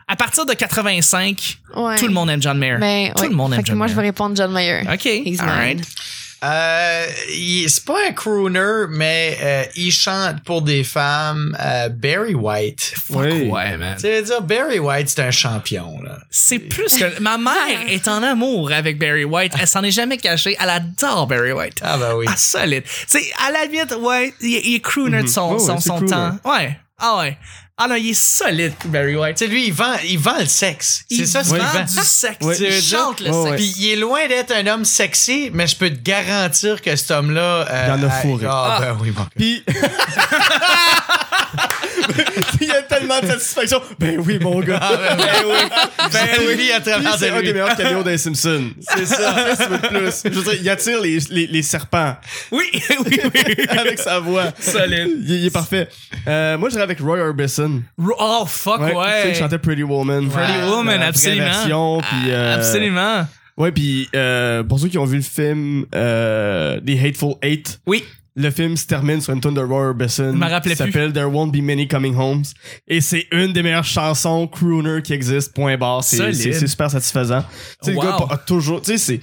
S1: à partir de 85.
S3: Ouais.
S1: Tout le monde aime John Mayer.
S3: Ben,
S1: tout
S3: ouais.
S1: le monde aime
S3: Fait que
S1: John
S3: moi, je vais
S1: Mayer.
S3: répondre John Mayer.
S1: Ok,
S3: He's
S1: all right.
S3: mine.
S2: Euh, il- c'est pas un crooner, mais euh, il chante pour des femmes. euh, Barry White.
S4: Oui.
S1: Ouais, man.
S2: Tu veux dire, Barry White, c'est un champion, là.
S1: C'est plus que. Ma mère est en amour avec Barry White. Elle s'en est jamais cachée. Elle adore Barry White.
S2: Ah, ben oui.
S1: Ah, solide. Tu sais, à la limite, ouais, il, il est crooner de son,
S4: Mhm. Ouais,
S1: son,
S4: ouais, c'est
S1: son
S4: crooner.
S1: temps. Ouais. Ah ouais. Ah non, il est solide, Barry White.
S2: Tu sais, lui, il vend, il vend le sexe. C'est
S1: Il
S2: ça, ce qu'il
S1: vend
S2: vend.
S1: du sexe.
S4: Ouais.
S1: Il chante le
S4: Ouais, ouais.
S1: sexe.
S2: Puis il est loin d'être un homme sexy, mais je peux te garantir que cet homme-là. euh,
S4: Il en a
S2: a-
S4: fourré.
S2: Ah, ben oui, mon
S4: Puis. Il y a tellement de satisfaction. Ben oui, mon gars. ben, oui.
S2: Ben oui, à travers
S4: Puis C'est
S2: de
S4: un
S2: lui.
S4: des meilleurs caméos des Simpsons. C'est ça. Qu'est-ce que tu veux de plus? Je veux dire, il attire les, les, les serpents
S1: Oui, oui, oui.
S4: avec sa voix.
S1: Solide.
S4: Il, il est parfait. Euh, moi, j'irais avec Roy Orbison.
S1: Oh, fuck, ouais.
S4: Tu sais, il chantait Pretty Woman.
S1: Pretty
S2: Ouais,
S1: Woman,
S4: la vraie
S1: absolument.
S4: version, puis,
S1: Ah,
S4: euh,
S1: Absolument.
S4: Ouais, puis euh, pour ceux qui ont vu le film euh, The Hateful Eight,
S1: Oui.
S4: le film se termine sur une tune de Roy Orbison.
S1: Je m'en rappelais
S4: qui s'appelle There Won't Be Many Coming Homes. Et c'est une des meilleures chansons crooner qui existe, point barre. C'est-
S1: Solide.
S4: C'est c'est super satisfaisant. Tu sais,
S1: Wow.
S4: le gars a toujours. Tu sais, c'est-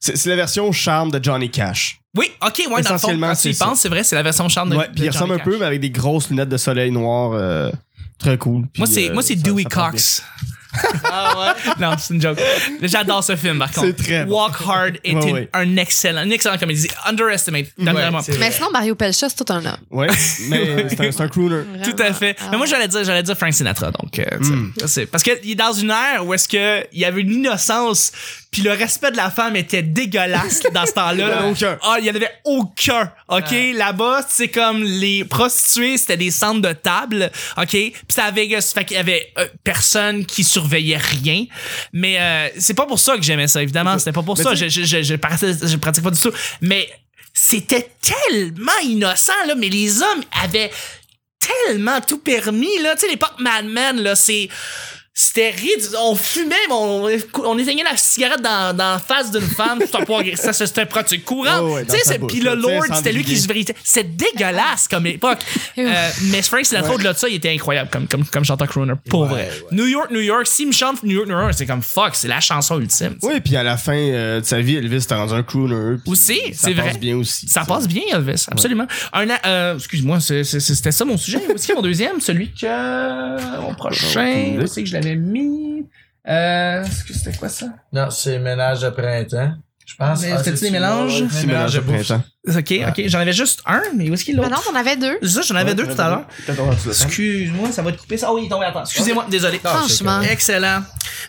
S4: c'est. C'est la version charme de Johnny Cash.
S1: Oui, ok, ouais, dans le fond,
S4: Essentiellement,
S1: quand tu y
S4: c'est ça.
S1: penses, c'est vrai, c'est la version charme de
S4: ouais, puis
S1: de
S4: il ressemble
S1: Johnny
S4: un peu,
S1: Cash.
S4: mais avec des grosses lunettes de soleil noir. euh, très cool. Puis,
S1: Moi, c'est,
S4: euh,
S1: moi, c'est
S4: ça-
S1: Dewey
S4: ça parle
S1: Cox.
S2: Ah, ouais.
S1: non, c'est une joke. J'adore ce film, par contre.
S4: C'est très bon.
S1: Walk Hard est
S4: Ouais,
S1: une-
S4: ouais.
S1: un excellent, une excellente comédie. Underestimate. vraiment.
S2: c'est vrai.
S3: Mais sinon, Mario Pelcha, c'est tout un homme.
S4: bien. Ouais, mais c'est un, c'est un crooner.
S1: Tout à fait. Mais
S3: Ah.
S1: moi, j'allais dire, j'allais dire
S4: Hmm.
S1: Frank Sinatra, donc. euh, tu sais, c'est- Parce qu'il est dans une ère où est-ce que il y avait une innocence Puis le respect de la femme était dégueulasse dans ce
S4: Il y en
S1: temps-là.
S4: a aucun.
S1: Ah, il y en avait aucun. OK,
S2: Ouais.
S1: là-bas, c'est comme les prostituées, c'était des centres de table. OK, puis c'était à Vegas, fait qu'il y avait euh, personne qui surveillait rien. Mais euh, c'est pas pour ça que j'aimais ça évidemment, c'était pas pour
S4: Mais
S1: ça, je
S4: tu-
S1: je, je, je pratique, je pratique pas du tout, mais c'était tellement innocent là, mais les hommes avaient tellement tout permis là, tu sais l'époque Mad Men là, c'est c'était ridicule. On fumait, mais on, on éteignait la cigarette dans, dans la face d'une femme. C'est un point- ça, c'était une pratique courante.
S4: Ouais, ouais, dans
S1: tu sais,
S4: sa
S1: c'est-
S4: bouche,
S1: puis
S4: là,
S1: le
S4: tu sais,
S1: Lord,
S4: sans
S1: c'était lui qui
S4: briller.
S1: se véritait. C'est dégueulasse comme époque. Euh, mais Frank Sinatra, au-delà de ça, il était incroyable comme, comme, comme chanteur crooner. Pour
S2: Ouais,
S1: vrai.
S2: ouais.
S1: New York, New York. S'il me chante New York, New York, c'est comme fuck, c'est la chanson ultime. tu sais.
S4: Oui, puis à la fin euh, de sa vie, Elvis était rendu un crooner. puis
S1: Aussi,
S4: ça
S1: c'est
S4: passe
S1: vrai.
S4: bien aussi.
S1: Ça passe bien, Elvis, absolument. Un, an- euh, excuse-moi, c'est- c'est- c'est- c'était ça mon sujet. Où est-ce qu'il y a mon deuxième? Celui que. Mon prochain. Où c'est que je l'avais mis? Euh, est-ce que c'était quoi ça?
S2: Non, c'est ménage de printemps. Je pense.
S1: Mais c'était-tu
S2: c'est-tu-
S1: des mélanges?
S2: Ouais,
S4: C'est
S2: des mélanges de bouffe.
S4: printemps.
S1: Ok, ok, j'en avais juste un, mais où est-ce qu'il est
S3: Mais Ben non,
S1: l'autre?
S3: on avait deux.
S1: C'est ça, j'en avais deux tout à l'heure.
S4: l'heure.
S1: Excuse-moi, ça va être coupé ça. Oh oui, il est tombé à temps. Excusez-moi, désolé.
S3: Franchement.
S1: Excellent.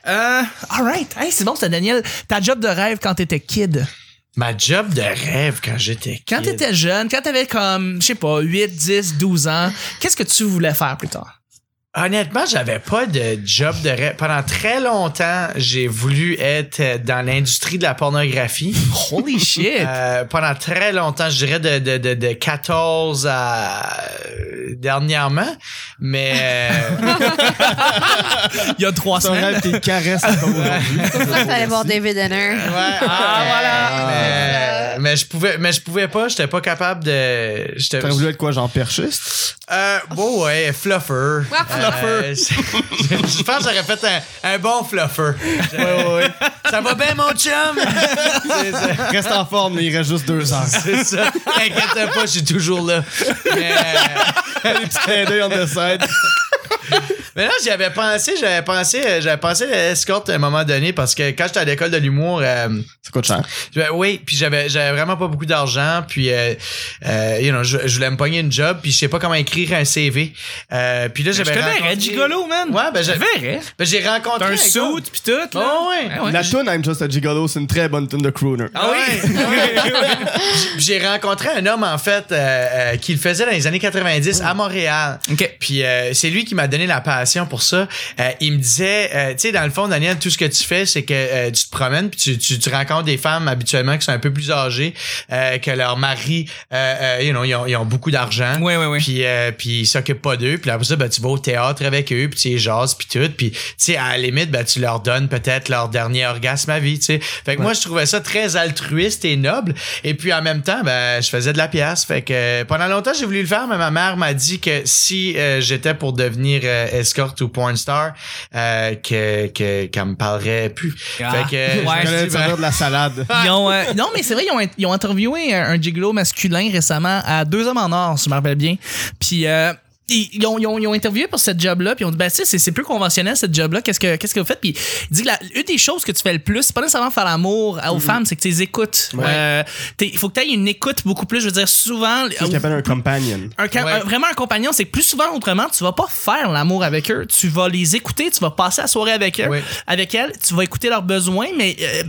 S1: Euh, alright. Hey, c'est bon, ça, Daniel. Ta job de rêve quand t'étais kid.
S2: Ma job de rêve quand j'étais
S1: Quand
S2: kid.
S1: t'étais jeune, quand t'avais comme, je sais pas, 8, 10, 12 ans, qu'est-ce que tu voulais faire plus tard?
S2: Honnêtement, j'avais pas de job de rêve. Pendant très longtemps, j'ai voulu être euh, dans l'industrie de la pornographie.
S1: Holy shit!
S2: Euh, pendant très longtemps, je dirais de, de, de, de 14 à euh, dernièrement, mais euh,
S1: Il y a trois
S4: C'est un
S1: semaines.
S4: rêve qui caresse encore aujourd'hui.
S3: C'est pour ça que t'allais voir David Henner.
S2: ouais,
S1: Ah, voilà.
S2: Mais, mais je pouvais mais je pouvais pas, j'étais pas capable de j'étais
S4: T'aurais voulu être quoi, genre perchiste?
S2: euh, bon ouais, fluffer. Euh, je je pense que j'aurais fait un, un bon fluffer. Ça va bien mon chum. C'est ça.
S4: Reste en forme, mais il reste juste deux heures.
S2: C'est ça. T'inquiète pas, je suis toujours là. Mais,
S4: Les petits clins d'œil on the side.
S2: mais là, j'y avais pensé, j'avais pensé, euh, j'avais pensé à l'escorte à un moment donné parce que quand j'étais à l'école de l'humour, euh,
S4: Ça coûte cher.
S2: j'avais- oui, puis j'avais, j'avais vraiment pas beaucoup d'argent, puis euh, euh, you know, je, je voulais me pogner une job, puis je sais pas comment écrire un CV. Euh, puis là,
S1: Je te
S2: j'avais
S1: verrais,
S2: rencontré-
S1: Gigolo, man.
S2: Ouais, ben,
S1: je
S2: je-
S1: te verrais.
S2: ben, j'ai rencontré
S1: T'as un
S2: gars.
S1: suit pis tout, là.
S2: Oh, ouais.
S1: Ah ouais.
S4: La tune I'm Just a Gigolo, c'est une très bonne tune de crooner.
S1: Ah oui?
S2: Puis j'ai rencontré un homme en fait euh, euh, qui le faisait dans les années 90 à Montréal.
S1: OK.
S2: Puis euh, c'est lui qui m'a donné la passion pour ça. Euh, il me disait, euh, tu sais, dans le fond, Daniel, tout ce que tu fais, c'est que euh, tu te promènes puis tu, tu, tu rencontres des femmes habituellement qui sont un peu plus âgées, euh, que leur mari, euh, euh, you know, ils ont, ils ont beaucoup d'argent.
S1: Ouais, ouais, ouais.
S2: Puis, euh, puis ils s'occupent pas d'eux. Puis après ça, ben, tu vas au théâtre avec eux, puis tu les jases, puis tout. Puis, tu sais, à la limite, ben, tu leur donnes peut-être leur dernier orgasme à vie, tu sais. Fait que moi, je trouvais ça très altruiste et noble. Et puis, en même temps, ben, je faisais de la pièce. Fait que euh, pendant longtemps, j'ai voulu le faire, mais ma mère m'a dit que si euh, j'étais pour devenir euh, escorte ou porn star, euh, que, que, qu'elle me parlerait plus.
S1: Ah.
S2: Fait que,
S1: Ouais.
S2: je
S4: Je
S2: me
S4: connais
S2: suis
S4: le
S2: dit,
S4: serveur de la salade.
S1: Ils ont, euh, non, mais c'est vrai, ils ont, ils ont interviewé un, un gigolo masculin récemment à Deux Hommes en Or, si je me rappelle bien. Puis, euh, ils, ils ont, ils ont- ils ont interviewé pour cette job-là, puis ils ont dit, bah, tu sais, c'est- c'est peu conventionnel, cette job-là, qu'est-ce que, qu'est-ce que vous faites? Puis, il dit que la- une des choses que tu fais le plus, c'est pas nécessairement faire l'amour aux femmes, c'est que tu les écoutes.
S4: Ouais.
S1: Euh, t'es- Il faut que tu aies une écoute beaucoup plus, je veux dire, souvent.
S4: C'est ce qu'on appelle un companion.
S1: un ca-
S2: Ouais.
S1: un- vraiment un compagnon, c'est que plus souvent autrement, tu vas pas faire l'amour avec eux, tu vas les écouter, tu vas passer la soirée avec eux,
S2: Oui.
S1: avec elles, tu vas écouter leurs besoins, mais euh,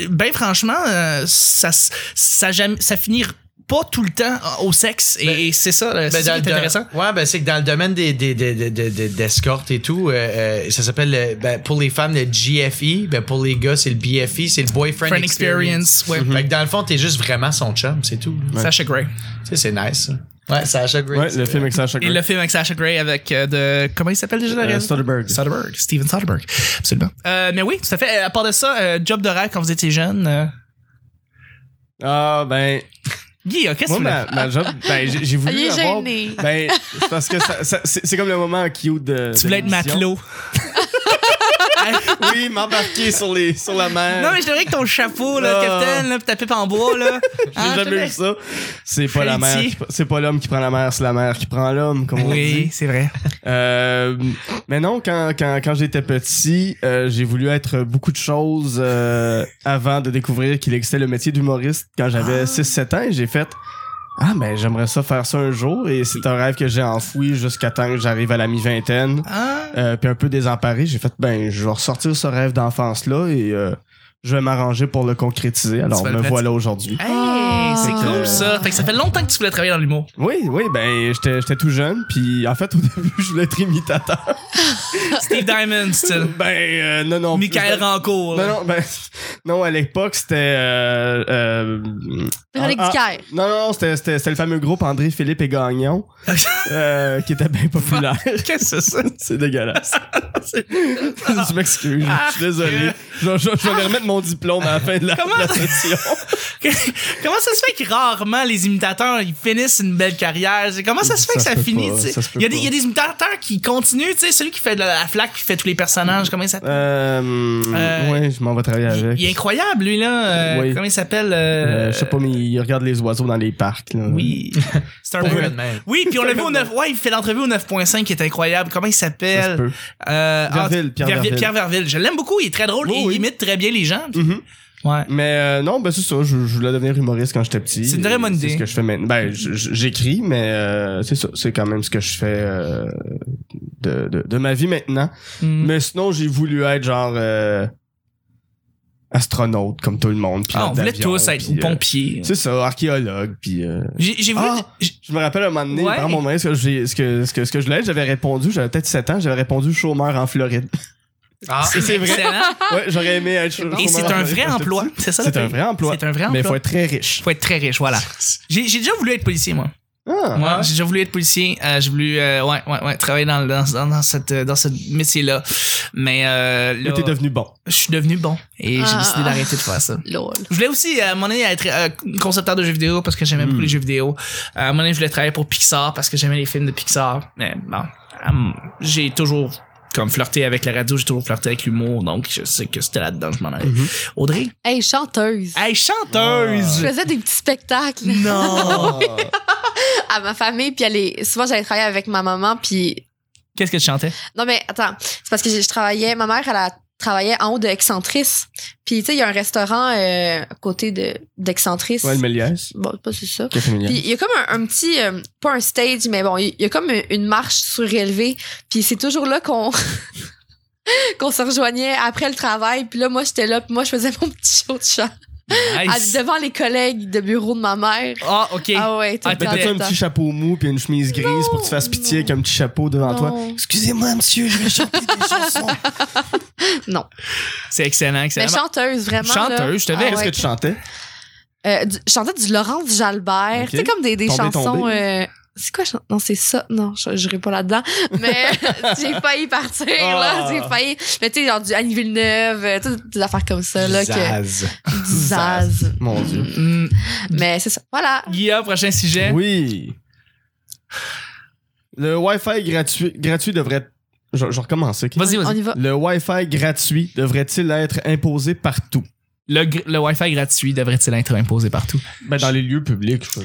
S1: euh, ben franchement, euh, ça s- ça jamais- ça finit pas tout le temps euh, au sexe et,
S2: Ben,
S1: et c'est ça, euh,
S2: Ben,
S1: c'est ça qui
S2: dans
S1: est
S2: le
S1: intéressant.
S2: dom- Ouais, ben c'est que dans le domaine des des des des- des- des- d'escorte et tout, euh, euh, ça s'appelle euh, ben, pour les femmes le GFE, ben pour les gars c'est le BFE, c'est le boyfriend
S1: Friend
S2: experience.
S1: experience, ouais.
S2: Fait que dans le fond t'es juste vraiment son chum, c'est tout.
S1: Sacha Gray.
S2: Tu sais c'est nice. ça. Ouais, ça achète
S4: Ouais, le film avec Sacha
S1: Et le film avec Sacha Gray avec euh, de comment il s'appelle déjà le
S4: Euh,
S1: réalisateur?
S4: Soderbergh.
S1: Soderbergh, Steven Soderbergh, absolument. Euh, mais oui, tout à fait. À part de ça, euh, job de rêve quand vous étiez jeune. euh,
S4: Ah, ben,
S1: Guy, euh, qu'est-ce que
S4: moi,
S1: tu voulais
S4: ma, ma job, ben, j'ai j'ai voulu
S3: Il est
S4: avoir...
S3: gêné.
S4: Ben, c'est parce que ça- ça- c'est c'est comme le moment cute de
S1: Tu voulais être matelot.
S4: Oui, m'embarquer sur, les, sur la mer.
S1: Non, mais je dirais que ton chapeau, là,
S4: Ah.
S1: capitaine, là, pis ta pipe en bois, là.
S4: J'ai
S1: Hein, je
S4: jamais
S1: l'ai-
S4: vu ça. C'est pas la mer,
S1: Chalutier.
S4: qui- c'est pas l'homme qui prend la mer, c'est la mer qui prend l'homme, comme on
S1: Oui,
S4: dit.
S1: c'est vrai.
S4: Euh, mais non, quand, quand, quand j'étais petit, euh, j'ai voulu être beaucoup de choses euh, avant de découvrir qu'il existait le métier d'humoriste quand j'avais
S1: Ah.
S4: 6-7 ans et j'ai fait Ah, ben j'aimerais ça faire ça un jour et c'est un rêve que j'ai enfoui jusqu'à temps que j'arrive à la mi-vingtaine.
S1: Ah.
S4: Euh, puis un peu désemparé, j'ai fait ben je vais ressortir ce rêve d'enfance là et euh, je vais m'arranger pour le concrétiser. Alors,
S1: vas le
S4: me
S1: pratiquer.
S4: voilà aujourd'hui.
S1: Hey, c'est
S3: Ah.
S1: cool ça. Fait que ça fait longtemps que tu voulais travailler dans l'humour.
S4: Oui, oui, ben, j'étais j'étais tout jeune, puis en fait, au début, je voulais être imitateur.
S1: Steve Diamond, style.
S4: Ben, euh, non, non.
S1: Michael
S4: ben,
S1: Rancourt.
S4: Non, non, ben, non, à l'époque, c'était. euh, euh,
S3: Véronique
S4: ah, ah,
S3: Dicker.
S4: Non, non, non, c'était- c'était c'était le fameux groupe André, Philippe et Gagnon, euh, qui était bien populaire.
S1: Qu'est-ce que c'est ça?
S4: C'est dégueulasse. je m'excuse, je suis désolé. Je, je- je vais aller remettre mon diplôme à la fin de la,
S1: Comment-
S4: la session.
S1: comment ça se fait que rarement les imitateurs ils finissent une belle carrière? C'est- Comment ça se fait que
S4: Ça se
S1: ça
S4: peut
S1: finit?
S4: pas,
S1: tu sais?
S4: ça se peut
S1: Il y, a des-
S4: pas.
S1: il y a des imitateurs qui continuent, tu sais, celui qui fait de la, la flaque, qui fait tous les personnages, comment il s'appelle?
S4: Euh,
S1: Euh,
S4: ouais, je m'en vais travailler
S1: Il-
S4: avec.
S1: Il est incroyable, lui, là. Euh,
S4: Oui.
S1: Comment il s'appelle?
S4: Euh,
S1: euh,
S4: je sais pas, mais il regarde les oiseaux dans les parcs. là.
S1: Oui. C'est un peu.
S2: Iron Man.
S1: Oui, puis on l'a vu au 9. Ouais, il fait l'entrevue au 9.5 qui est incroyable. Comment il
S4: Ça se
S1: s'appelle?
S4: peut.
S1: Euh, ah,
S4: Verville, Pierre Verville.
S1: Pierre Verville. Je l'aime beaucoup, il est très drôle,
S4: Oui,
S1: il
S4: oui.
S1: imite très bien les gens. puis-
S4: Mhm.
S1: Ouais.
S4: Mais euh, non, ben c'est ça, je, je voulais devenir humoriste quand j'étais petit.
S1: C'est une très
S4: Et
S1: bonne idée.
S4: C'est ce que je fais maintenant. Ben, je- je- j'écris, mais euh, c'est ça, c'est quand même ce que je fais euh, de, de, de ma vie maintenant.
S1: Mm.
S4: Mais sinon, j'ai voulu être genre euh, astronaute comme tout le monde.
S1: Ah, on
S4: pilote
S1: voulait
S4: d'avion,
S1: tous être
S4: puis, euh,
S1: pompiers.
S4: c'est ça, archéologue, puis... euh,
S1: J'ai j'ai voulu.
S4: Ah! Je me rappelle un moment donné,
S1: Ouais.
S4: par mon moment, ce que, j'ai- ce, que, ce, que, ce que je voulais être, j'avais répondu, j'avais peut-être 7 ans, j'avais répondu chômeur en Floride.
S2: Ah,
S1: C'est vrai.
S4: ouais, j'aurais aimé être chômeur
S1: Et c'est
S4: en
S1: un
S4: Floride
S1: vrai
S4: quand j'étais
S1: emploi.
S4: petit.
S1: C'est ça le
S4: C'est un
S1: pays.
S4: vrai emploi.
S1: C'est un vrai emploi.
S4: Mais il faut être très riche.
S1: Faut être très riche, voilà. J'ai j'ai déjà voulu être policier, moi.
S4: Ah.
S1: Moi, j'ai déjà voulu être policier. Euh, j'ai voulu, euh, ouais, ouais, ouais, travailler dans, le- dans, dans, dans cette, euh, dans ce métier-là. Mais euh, là,
S4: Mais t'es devenu bon.
S1: je suis devenu bon et j'ai
S3: Ah.
S1: décidé d'arrêter de faire ça.
S3: Lol.
S1: Je voulais aussi, euh, à un moment donné, être euh, concepteur de jeux vidéo parce que j'aimais
S4: Mm.
S1: beaucoup les jeux vidéo. Euh, à un moment donné, je voulais travailler pour Pixar parce que j'aimais les films de Pixar. Mais bon, euh, j'ai toujours comme flirté avec la radio, j'ai toujours flirté avec l'humour, donc je sais que c'était là-dedans, je m'en allais.
S4: Mhm.
S1: Audrey?
S3: Hey, chanteuse.
S1: Hey, chanteuse!
S3: Je faisais des petits spectacles
S1: Ah, Non!
S3: Oh. à ma famille, puis elle est- souvent j'allais travailler avec ma maman, puis
S1: Qu'est-ce que tu chantais?
S3: non mais attends, c'est parce que je, je travaillais, ma mère elle a travaillait en haut de Excentrice, puis tu sais il y a un restaurant euh, à côté de d'Excentrice.
S4: Ouais, le Méliès.
S3: Bon, c'est pas c'est ça.
S4: Café Méliès.
S3: Puis il y a comme un, un petit, euh, pas un stage, mais bon, il y a comme une- une marche surélevée. Puis c'est toujours là qu'on qu'on se rejoignait après le travail. Puis là, moi, j'étais là, puis moi, je faisais mon petit show de chant à-
S1: Nice.
S3: devant les collègues de bureau de ma mère.
S1: Ah, ok.
S3: Ah ouais, tout
S1: Ah, t'as-
S3: le temps,
S4: T'as-tu
S3: tout
S4: un
S3: le temps.
S4: petit chapeau mou puis une chemise grise pour que tu fasses pitié avec un petit chapeau devant toi?
S3: Non.
S4: Excusez-moi, monsieur, je vais chanter des chansons.
S1: C'est excellent, excellent.
S3: Mais chanteuse, vraiment.
S1: Chanteuse,
S3: là.
S1: je te
S3: Ah
S1: verrai
S4: Qu'est-ce
S3: ouais.
S4: que tu chantais?
S3: Euh, du- Je chantais du Laurence Jalbert.
S4: Ok.
S3: Tu sais, comme des, des
S4: Tombé,
S3: chansons.
S4: tombé.
S3: euh, c'est quoi? chan- Non, c'est ça. Non, je n'irai pas là-dedans. Mais j'ai failli partir, là.
S4: Ah.
S3: J'ai failli. Mais tu sais, genre du Annie Villeneuve, euh, toutes des affaires comme ça, là. Que... Du Zaz.
S4: Mon Dieu.
S1: Mm.
S3: Mais c'est ça. Voilà.
S1: Guillaume, prochain sujet.
S4: Oui. Le Wi-Fi gratuit, gratuit devrait... Je, je recommence, ok?
S1: Vas-y,
S3: On
S1: vas-y.
S3: y va.
S4: Le Wi-Fi gratuit devrait-il être imposé partout?
S1: Le, gr- le Wi-Fi gratuit devrait-il être imposé partout?
S4: Ben, dans les lieux publics, je...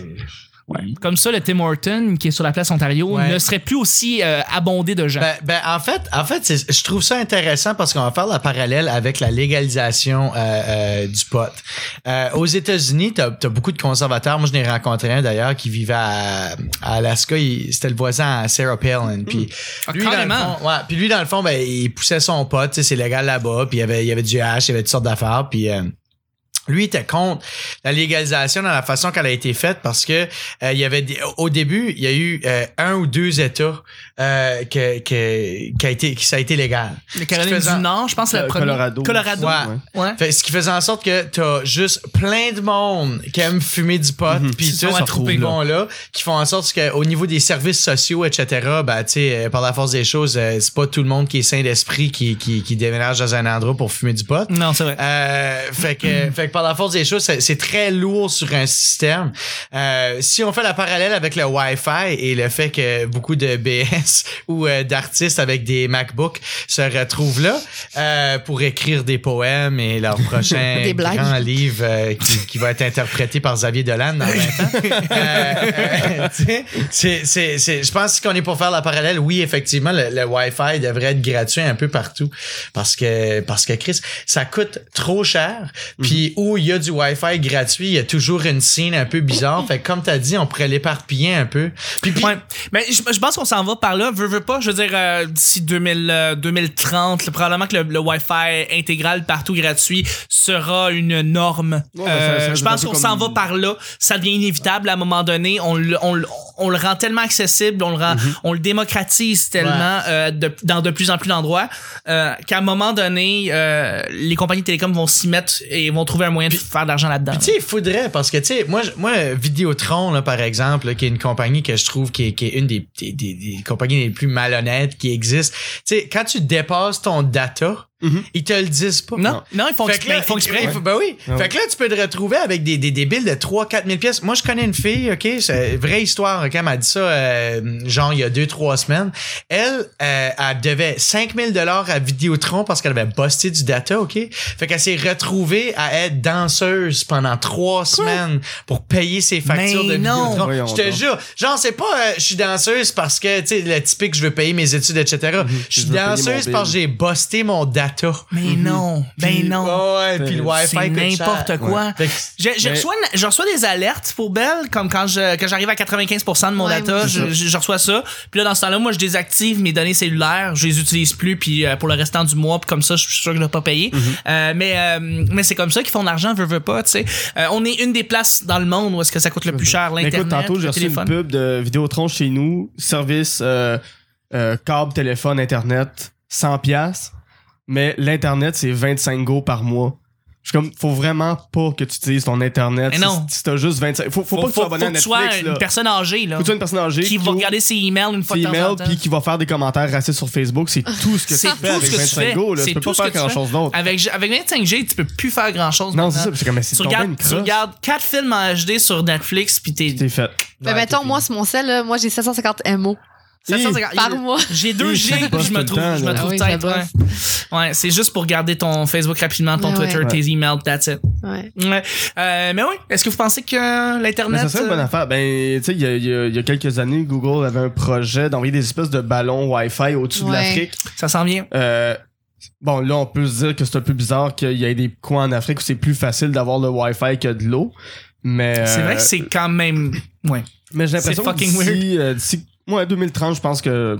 S4: Oui.
S1: Comme ça, le Tim Horton, qui est sur la place Ontario,
S2: Ouais.
S1: ne serait plus aussi euh, abondé de gens.
S2: Ben, ben, en fait, en fait c'est- je trouve ça intéressant parce qu'on va faire la parallèle avec la légalisation euh, euh, du pot. Euh, aux États-Unis, t'as as beaucoup de conservateurs. Moi, je n'ai rencontré un d'ailleurs qui vivait à, à Alaska. Il- C'était le voisin à Sarah Palin. Puis
S1: Ah,
S2: lui, dans le
S1: carrément.
S2: fond- ouais, puis lui, dans le fond, ben, il poussait son pot. tu sais, C'est légal là-bas. Puis il y avait, il y avait du hash, il y avait toutes sortes d'affaires. Puis euh, lui était contre la légalisation dans la façon qu'elle a été faite parce que euh, il y avait des- au début il y a eu euh, un ou deux États euh, que, que- qui a été qui ça a été légal.
S1: le Caroline
S2: faisant-
S1: du Nord, je pense, la
S4: Euh,
S1: première.
S4: Colorado.
S1: Colorado.
S2: Ouais.
S1: Ouais.
S2: Fait, ce qui faisait en sorte que t'as juste plein de monde qui aime fumer du pot,
S4: Mhm.
S2: puis
S1: Ils se
S2: tous
S1: sont
S2: ces
S1: attroupés, là.
S2: bons là, qui font en sorte qu'au niveau des services sociaux, etc. Ben, tu sais, euh, par la force des choses, euh, c'est pas tout le monde qui est sain d'esprit qui, qui, qui déménage dans un endroit pour fumer du pot.
S1: Non, c'est vrai.
S2: Euh, fait que, fait que par la force des choses, c'est c'est très lourd sur un système. Euh, si on fait la parallèle avec le Wi-Fi et le fait que beaucoup de BS ou euh, d'artistes avec des MacBooks se retrouvent là euh, pour écrire des poèmes et leur prochain
S3: Des blagues.
S2: grand livre euh, qui, qui va être interprété par Xavier Dolan dans 20 ans. Euh, euh, tu sais, c'est- c'est- c'est- Je pense qu'on est pour faire la parallèle. Oui, effectivement, le, le Wi-Fi devrait être gratuit un peu partout parce que, parce que Chris, ça coûte trop cher. Puis où il y a du Wi-Fi gratuit, il y a toujours une scène un peu bizarre. Fait que comme t'as dit, on pourrait l'éparpiller un peu. Puis, puis-
S1: Ouais. Mais je, je pense qu'on s'en va par là. Veux, veux pas. Je veux dire, euh, d'ici 2000, euh, 2030, le- probablement que le, le Wi-Fi intégral partout gratuit sera une norme.
S4: Ouais, ben, ça- ça
S1: Euh,
S4: reste
S1: je
S4: un
S1: pense
S4: peu
S1: qu'on
S4: comme-
S1: s'en va par là. Ça devient inévitable à un moment donné. On le, on, le- on le rend tellement accessible, on le, rend,
S4: Mhm.
S1: on le démocratise tellement euh, de- dans de plus en plus d'endroits euh, qu'à un moment donné, euh, les compagnies de télécom vont s'y mettre et vont trouver un moyen de faire de l'argent là-dedans.
S2: Puis tu sais, il faudrait, parce que tu sais, moi, je- moi Vidéotron, là, par exemple, là, qui est une compagnie que je trouve qui est, qui est une des, des- des- des compagnies les plus malhonnêtes qui existent. Tu sais, quand tu dépasses ton data,
S4: Mhm.
S2: ils te le disent pas.
S1: Non, non, ils font
S2: Fait que
S1: exprès.
S2: là,
S1: Ils font exprès.
S2: il faut- ben oui.
S4: Ah
S2: fait
S4: oui.
S2: que là, tu peux te retrouver avec des, des, des billes de 3-4 000 pièces. Moi, je connais une fille, OK? C'est une vraie histoire. Quand elle m'a dit ça, euh, genre, il y a 2-3 semaines, elle, euh, elle devait 5 000 à Vidéotron parce qu'elle avait busté du data, OK? Fait qu'elle s'est retrouvée à être danseuse pendant 3 semaines pour payer ses factures
S1: Mais
S2: de
S1: non.
S2: Vidéotron.
S4: Voyons
S2: je te
S4: donc.
S2: jure. Genre, c'est pas euh, je suis danseuse parce que, tu sais, le typique, je veux payer mes études, etc. je
S4: Mhm. je
S2: suis
S4: veux payer mon
S2: danseuse
S4: bill.
S2: parce que j'ai busté mon data.
S1: Mais non, ben
S2: Puis-
S1: non.
S2: Ouais, puis le Wi-Fi
S1: C'est
S2: coûte cher.
S1: n'importe quoi.
S2: Fait que-
S1: Je, je
S4: Mais-
S1: reçois, je reçois des alertes pour Bell, comme quand je quand j'arrive à 95% de mon
S3: Ouais,
S1: data,
S3: oui.
S1: je, je- je reçois ça. Puis là, dans ce temps-là, moi, je désactive mes données cellulaires, je les utilise plus, puis euh, pour le restant du mois, puis comme ça, je suis sûr que je l'ai pas payé.
S4: Mm-hmm.
S1: Euh, mais euh, mais c'est comme ça qu'ils font de l'argent, veux, veux pas, tu sais. Euh, on est une des places dans le monde où est-ce que ça coûte le plus cher,
S4: Mm-hmm. Mais
S1: l'internet,
S4: écoute, tantôt,
S1: le
S4: j'ai reçu une
S1: téléphone.
S4: pub de Vidéotron chez nous, service euh, euh, câble, téléphone, internet, 100$, piastres, mais l'internet, c'est 25 go par mois. Je suis comme, faut vraiment pas que tu utilises ton internet.
S1: Mais
S4: si-
S1: non.
S4: Si, t'as juste 25. Faut, faut, pas que tu sois abonné à
S1: que tu
S4: Netflix.
S1: sois
S4: là.
S1: une personne âgée, là,
S4: Faut que tu sois une personne âgée
S1: qui va regarder ses emails une fois
S4: tes
S1: de temps en temps.
S4: emails
S1: Ah.
S4: puis qui va faire des commentaires racistes sur Facebook. C'est tout ce que tu
S1: C'est
S4: fais
S1: tout
S4: avec
S1: ce que tu
S4: 25
S1: fais.
S4: go. Là.
S1: C'est
S4: Tu peux
S1: tout
S4: pas
S1: ce
S4: faire
S1: que tu fais.
S4: grand-chose d'autre.
S1: Avec, avec 25G, tu peux plus faire grand-chose.
S4: Non, c'est ça.
S1: maintenant.
S4: puis C'est comme, mais c'est
S1: tu
S4: donc bien
S1: regardes,
S4: une
S1: tu
S4: crosse.
S1: regardes quatre films en HD sur Netflix, puis t'es.
S4: T'es fait.
S3: Mais Ben, mettons, moi, sur mon sel, là, moi, j'ai 750 MO
S1: 750
S3: par
S1: il-
S3: mois.
S1: J'ai deux
S4: Il
S1: G,
S4: se
S1: puis
S4: bosse
S1: je me
S4: tout le
S1: trouve,
S4: temps,
S1: je me
S4: là.
S1: trouve
S3: Ah oui,
S1: tête.
S3: ça
S1: Ouais,
S3: bosse.
S1: Ouais, c'est juste pour garder ton Facebook rapidement, ton
S3: Mais
S1: Twitter,
S3: ouais.
S1: tes emails, that's it.
S3: Ouais.
S1: Ouais. Euh, mais oui, est-ce que vous pensez que euh,
S4: Mais ça
S1: l'internet
S4: serait une bonne
S1: euh,
S4: affaire. Ben, tu sais, il y, a- il y a- il y a quelques années, Google avait un projet d'envoyer des espèces de ballons Wi-Fi au-dessus de
S3: Ouais.
S4: l'Afrique.
S1: ça s'en vient
S4: Euh, bon, là, on peut se dire que c'est un peu bizarre qu'il y ait des coins en Afrique où c'est plus facile d'avoir le Wi-Fi que de l'eau. Mais.
S1: C'est vrai
S4: euh,
S1: que c'est quand même ouais.
S4: Mais j'ai l'impression
S1: c'est
S4: que
S1: fucking
S4: d'ici, euh, d'ici- ouais, 2030, je pense que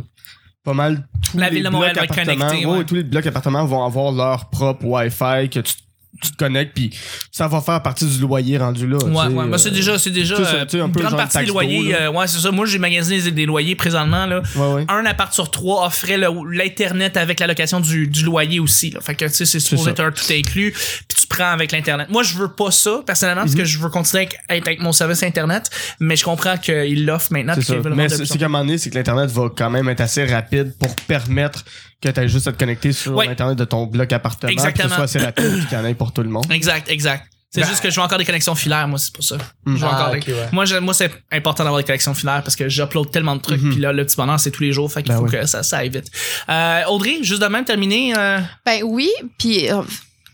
S4: pas mal tous
S1: La
S4: les
S1: ville de
S4: blocs
S1: Montréal va être
S4: appartements,
S1: connectée,
S4: ouais,
S1: ouais.
S4: tous les blocs appartements vont avoir leur propre Wi-Fi que tu, tu te connectes puis ça va faire partie du loyer rendu là.
S1: Ouais, ouais. Moi, c'est déjà, c'est déjà
S4: tu sais,
S1: euh,
S4: tu sais, un
S1: une
S4: peu
S1: grande
S4: genre
S1: partie des
S4: Taxpo,
S1: loyers.
S4: là.
S1: euh, ouais, c'est ça. Moi, j'ai magasiné des- des loyers présentement là.
S4: Ouais, ouais.
S1: un appart sur trois offrait le- l'Internet avec la location du, du loyer aussi. Là. Fait que, tu sais, c'est supposé
S4: ça.
S1: être un tout inclus, puis tu prends avec l'Internet. Moi, je veux pas ça, personnellement,
S4: Mhm.
S1: parce que je veux continuer à être avec mon service Internet, mais je comprends qu'ils l'offrent maintenant.
S4: C'est
S1: puis
S4: ça.
S1: qu'ils veulent
S4: Mais
S1: vendre de
S4: c'est
S1: plus
S4: c'est
S1: en
S4: qu'à un moment donné, c'est que l'Internet va quand même être assez rapide pour permettre que tu aies juste à te connecter sur
S1: Ouais.
S4: l'Internet de ton bloc appartement. puis Que
S1: Exactement.
S4: ce soit assez rapide puis qu'il y en ait pour tout le monde.
S1: plus. Exact, exact. C'est
S4: Ben.
S1: juste que je veux encore des connexions filaires, moi, c'est pour ça. Je veux
S2: Ah,
S1: encore
S2: ok, ouais.
S1: Moi, je- moi c'est important d'avoir des connexions filaires parce que j'upload tellement de trucs,
S4: Mhm.
S1: puis là, le petit bonheur, c'est tous les jours, fait qu'il
S4: Ben
S1: faut
S4: oui.
S1: que ça, ça aille vite. Euh, Audrey, juste de même terminer. euh,
S3: Ben oui, puis euh,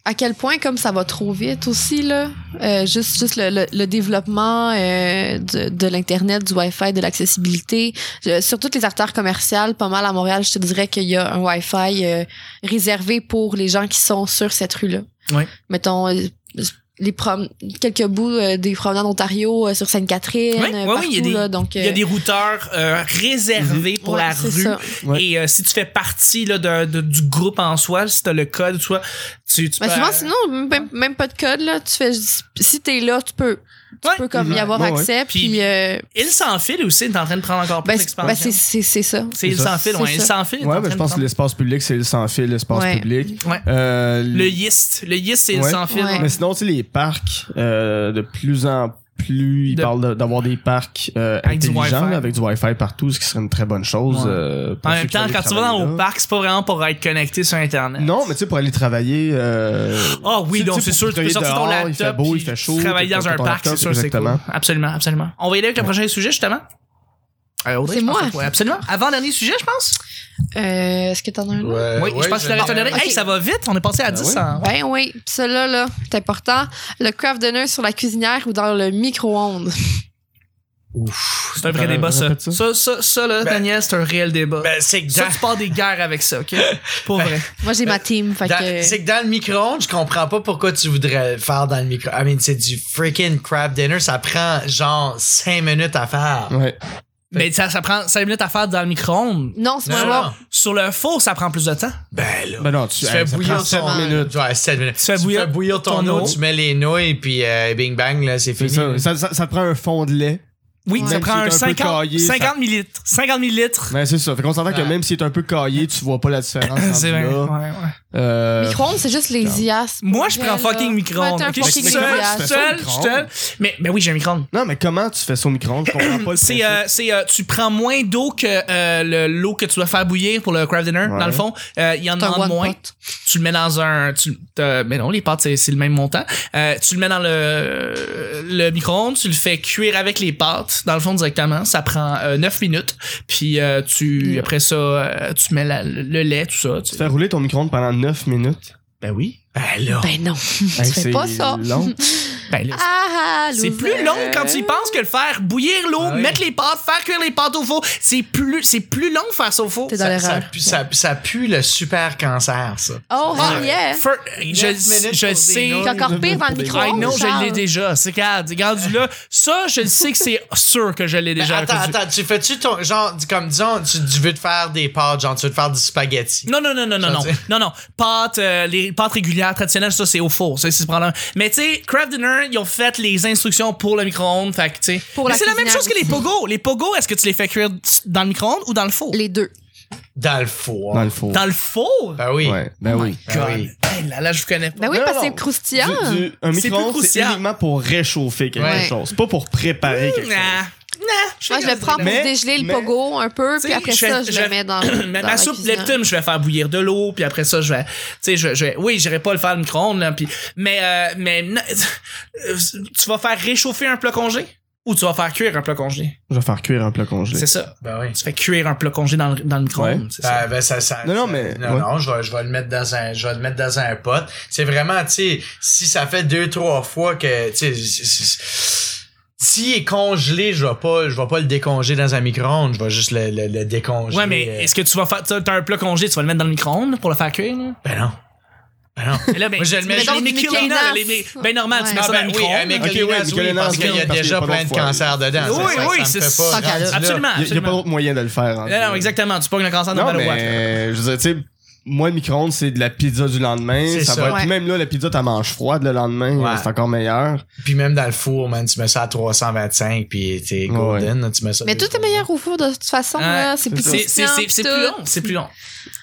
S3: à quel point comme ça va trop vite aussi là, Euh, juste juste le, le- le développement euh, de, de l'internet, du Wi-Fi, de l'accessibilité, Euh, sur toutes les artères commerciales, pas mal à Montréal, je te dirais qu'il y a un Wi-Fi euh, réservé pour les gens qui sont sur cette rue-là.
S1: Ouais.
S3: Mettons euh, les prom quelques bouts euh, des promenades d'Ontario euh, sur Sainte-Catherine,
S1: Ouais,
S3: euh,
S1: ouais, oui, il y a
S3: partout,
S1: des-
S3: là, donc
S1: Il y a
S3: euh,
S1: des routeurs euh, réservés pour
S3: Mhm. ouais,
S1: la
S3: c'est
S1: rue.
S3: ça.
S4: Ouais.
S1: Et euh, si tu fais partie là, de- de- du groupe en soi, si t'as le code, soit tu, tu
S3: Ben,
S1: peux,
S3: souvent,
S1: euh,
S3: sinon, même, même pas de code, là. Tu fais, si t'es là, tu peux, tu
S1: Ouais.
S3: peux comme y
S4: Mhm.
S3: avoir
S4: Ouais, ouais.
S3: accès,
S1: Puis-
S3: puis, euh,
S1: Il s'enfile aussi, il est en train de prendre encore plus
S3: ben, c'est-
S1: d'expansion.
S3: ben, c'est, c'est, c'est ça.
S1: c'est il
S4: c'est ça.
S1: s'enfile, ouais,
S3: C'est
S1: il
S3: ça.
S1: s'enfile. il est en
S4: Ouais,
S1: train
S4: mais je
S1: de
S4: pense que
S1: prendre-
S4: l'espace public, c'est le sans-fil, l'espace
S3: Ouais.
S4: public.
S1: Ouais.
S4: Euh,
S1: le yist, le yist, c'est il
S4: Ouais.
S1: s'enfile.
S3: Ouais.
S4: Mais sinon, tu sais, les parcs, euh, de plus en plus, ils
S1: De-
S4: parlent de- d'avoir des parcs euh,
S1: Avec du
S4: intelligents,
S1: Wi-Fi.
S4: là, avec du Wi-Fi partout, ce qui serait une très bonne chose.
S1: Ouais.
S4: euh, pour
S1: En
S4: ceux
S1: même
S4: qui
S1: temps,
S4: veulent
S1: quand
S4: aller
S1: tu vas dans
S4: travailler
S1: le
S4: là.
S1: parc, c'est pas vraiment pour être connecté sur Internet.
S4: Non, mais tu sais, pour aller travailler. euh,
S1: Ah oui,
S4: tu sais,
S1: donc
S4: pour
S1: c'est sûr, tu peux
S4: travailler
S1: sortir ton
S4: dehors,
S1: laptop.
S4: Il fait beau, il
S1: puis
S4: fait chaud.
S1: Travailler
S4: t'es
S1: dans un
S4: ton
S1: parc, c'est
S4: laptop,
S1: sûr, c'est cool.
S4: exactement.
S1: Absolument, absolument. On va y aller avec le prochain sujet, justement. Euh, Audrey,
S3: C'est
S1: je pense
S3: moi.
S1: que- ouais, absolument. Avant-dernier sujet, je pense.
S3: Euh, est-ce que t'en as un autre?
S2: Ouais,
S1: oui,
S2: ouais,
S1: je pense que la
S2: j'ai-
S1: reste un dernier.
S3: Ok.
S1: Hey, ça va vite, on est passé à
S4: Ben
S1: 10
S4: oui.
S1: en-
S3: Ben oui, Puis celui-là, là, c'est important. Le craft dinner sur la cuisinière ou dans le micro-ondes.
S2: Ouf.
S1: C'est un vrai
S4: Attends,
S1: débat, ça.
S4: Ben, répète
S1: Ça,
S4: ça.
S1: ça, ça, là,
S2: Ben-
S1: Daniel, c'est un réel débat.
S2: Ben, c'est que
S1: ça,
S2: dans-
S1: tu pars des guerres avec ça, OK?
S4: Ben,
S1: Pour vrai.
S3: Moi, j'ai
S1: Euh,
S3: ma team. Fait
S2: Dans-
S3: que...
S2: C'est que dans le micro-ondes, je comprends pas pourquoi tu voudrais le faire dans le micro. I mean, c'est du freaking crab dinner. Ça prend genre 5 minutes à
S1: Oh!
S2: faire.
S4: Ouais. ben-
S1: Mais ça, ça prend 5 minutes à faire dans le micro-ondes.
S3: Non, c'est
S2: Non,
S3: pas
S2: non.
S3: moi.
S1: Sur le four, ça prend plus de temps.
S2: Ben là.
S4: Ben non, tu,
S2: tu
S4: hey,
S2: fais
S4: ça
S2: bouillir
S4: prend sept
S2: ton
S4: minutes.
S2: Ouais, sept minutes.
S1: Tu fais bouillir
S2: ton,
S1: ton
S2: eau,
S1: eau.
S2: tu mets les nouilles, puis euh, bing bang, là, c'est
S4: C'est
S2: fini.
S4: ça, ça, ça, ça te prend un fond de lait.
S1: Oui,
S4: Ouais.
S1: ça
S4: Même
S1: prend
S4: si
S1: un
S4: t'es un peu
S1: 50,
S4: caillé,
S1: 50 millilitres. 50 millilitres.
S4: Ben c'est ça. Fait qu'on s'entend que
S2: Ouais.
S4: même s'il est un peu caillé, tu vois pas la différence.
S1: C'est vrai.
S4: Ben, rendu là.
S1: Ouais, ouais.
S4: Euh,
S3: Micro-ondes, c'est juste les IAS.
S1: Moi, je prends fucking micro-ondes.
S3: Ouais,
S1: ok?
S3: t'es
S1: Je
S3: un
S1: suis
S3: fucking
S1: seul,
S3: idiot.
S1: je suis
S4: Ben, C'est un
S1: seul, je suis seul. Mais, mais oui, j'ai un micro-ondes.
S4: Non, mais comment tu fais ça au micro-ondes? Je comprends pas le
S1: C'est,
S4: principe.
S1: euh, c'est, euh, tu prends moins d'eau que euh, le- l'eau que tu dois faire bouillir pour le craft dinner,
S4: Ouais.
S1: dans le fond. Euh, Il y en
S3: T'as un
S1: a
S3: one
S1: moins.
S3: pot.
S1: Tu le mets dans un. Tu, t'as- mais non, les pâtes, c'est, c'est le même montant. Euh, tu le mets dans le, le micro-ondes, tu le fais cuire avec les pâtes, dans le fond directement. Ça prend euh, 9 minutes. Puis euh, tu,
S3: Mm.
S1: après ça, euh, tu mets la- le, le lait, tout ça. tu-
S4: Tu fais rouler ton micro-ondes pendant 9 minutes.
S1: Ben oui.
S2: Ben là.
S3: Ben non,
S4: Hey,
S3: tu fais
S4: c'est
S3: pas ça.
S4: long.
S1: Ben là,
S3: Ah,
S1: C'est plus long quand
S3: euh?
S1: tu y penses que le faire bouillir l'eau,
S2: Ah oui.
S1: mettre les pâtes, faire cuire les pâtes au four. C'est plus, c'est plus long de faire ça au four.
S3: T'es dans
S2: Ça,
S3: l'erreur.
S2: ça pue, ça- ça pue le super cancer, ça.
S3: Oh,
S2: Ah,
S3: hell yeah!
S1: Fer- je
S2: minutes pour
S1: je
S2: des
S1: sais.
S2: noix.
S3: T'es encore pire dans le
S1: I
S3: micro-ondes.
S1: know, je l'ai
S3: Charles.
S1: déjà. C'est regarde, regarde du là. Ça, je le sais que c'est sûr que je l'ai
S2: Mais
S1: déjà. à
S2: attends,
S1: cause du-
S2: attends, tu fais-tu ton. Genre, dis- comme disons, tu, tu veux te faire des pâtes, genre, tu veux te faire du spaghetti.
S1: Non, non, non, non, non, non.
S2: Ça veut dire-
S1: Non, non. Pâtes, euh, les pâtes régulières, traditionnelles, ça, c'est au four. Ça, c'est ce problème. Mais, tu sais, Craft Dinner, ils ont fait les instructions pour le micro-ondes. Fait que, tu sais.
S3: Pour
S1: Mais
S3: la
S1: c'est la même
S3: cuisinière
S1: chose que les
S3: aussi.
S1: pogos. Les pogos, est-ce que tu les fais cuire dans le micro-ondes ou dans le four?
S3: Les deux.
S2: Dans le four.
S4: Dans le four.
S1: Dans le four?
S2: Ben oui.
S4: Ouais, ben oui.
S2: Ben
S1: God.
S2: oui.
S1: Hey, là, là, je vous connais pas.
S3: Ben Ah oui,
S4: Non,
S3: parce que
S4: non.
S3: c'est croustillant.
S4: Du- du- un
S1: C'est plus
S4: micro-ondes, c'est
S1: croustillant. Mmh,
S4: uniquement pour réchauffer quelque
S3: Ouais.
S4: chose. Pas pour préparer quelque chose.
S1: Nah. Nah,
S3: Moi, Ah, je le prends pour
S4: Mais-
S3: dégeler le
S4: mais-
S3: pogo un peu,
S1: T'sais,
S3: puis après
S1: je
S3: ça,
S1: fais-
S3: je,
S1: je-
S3: le mets dans.
S1: Ma,
S3: dans
S1: ma
S3: la
S1: soupe
S3: cuisinière.
S1: leptune, je vais faire bouillir de l'eau, puis après ça, je vais, tu sais, je, je vais- oui, j'irai pas le faire au micro-ondes, là, puis, mais, euh, mais, non, euh, tu vas faire réchauffer un plat congelé ou tu vas faire cuire un plat congelé.
S4: Je vais faire cuire un plat congelé.
S1: C'est ça.
S2: Ben oui.
S1: Tu fais cuire un plat congelé dans le, dans le micro-ondes.
S4: Ouais.
S1: c'est ça.
S2: Ben, ben, ça, ça-
S4: Non, non,
S2: ça-
S4: mais-
S2: Non,
S4: ouais.
S2: non, je vais, je vais le mettre dans un, je vais le mettre dans un pot. C'est vraiment, tu sais, si ça fait deux, trois fois que, tu sais, c- c- s'il est congelé, je vais pas, je vais pas le décongeler dans un micro-ondes, je vais juste le, le, le décongeler. euh,
S1: Ouais, mais est-ce que tu vas faire, t'as t'as un plat congelé, tu vas le mettre dans le micro-ondes pour le faire cuire, là?
S2: Ben non. Ben non.
S1: Mais là, ben,
S2: Moi, je le
S1: tu
S2: mets
S1: mets
S2: dans
S1: les
S3: du
S1: Michelinas,
S3: Michelinas.
S1: les- les- ben normal, tu
S3: Ouais.
S1: mets
S2: Ah
S1: ça dans
S2: ben
S1: le
S2: oui,
S1: micro-ondes.
S2: un Michelinas,
S4: Ok, ouais,
S2: oui,
S4: Michelinas,
S2: parce qu'il y a
S4: parce qu'il y a
S2: déjà
S4: pas
S2: plein de
S4: d'autre fois.
S2: cancers dedans.
S1: Oui,
S2: ça, ça
S1: oui,
S2: me
S1: c'est-
S2: fait pas
S3: Tant qu'à
S2: rendu
S3: là.
S2: là.
S1: Absolument,
S4: Il n'y a,
S1: absolument.
S4: pas d'autre moyen de le faire. hein. rendu
S1: Non, non,
S4: là.
S1: exactement, tu pognes le cancer dans
S4: Non,
S1: le
S4: mais je veux dire, tu sais, moi, le micro-ondes, c'est de la pizza du lendemain.
S2: C'est
S4: Ça,
S2: ça.
S4: va être-
S3: Ouais.
S4: Même là, la pizza, t'as mange froide le lendemain.
S2: Ouais.
S4: C'est encore meilleur.
S2: Puis même dans le four, man, tu mets ça à 325 puis t'es golden, là, tu mets ça.
S3: Mais
S2: deux
S3: tout est
S2: fois.
S3: meilleur au four de toute façon, là. C'est plus
S1: C'est c'est-
S3: croustillant,
S1: c'est-
S3: puis
S1: c'est
S3: tout.
S1: plus long, c'est plus long.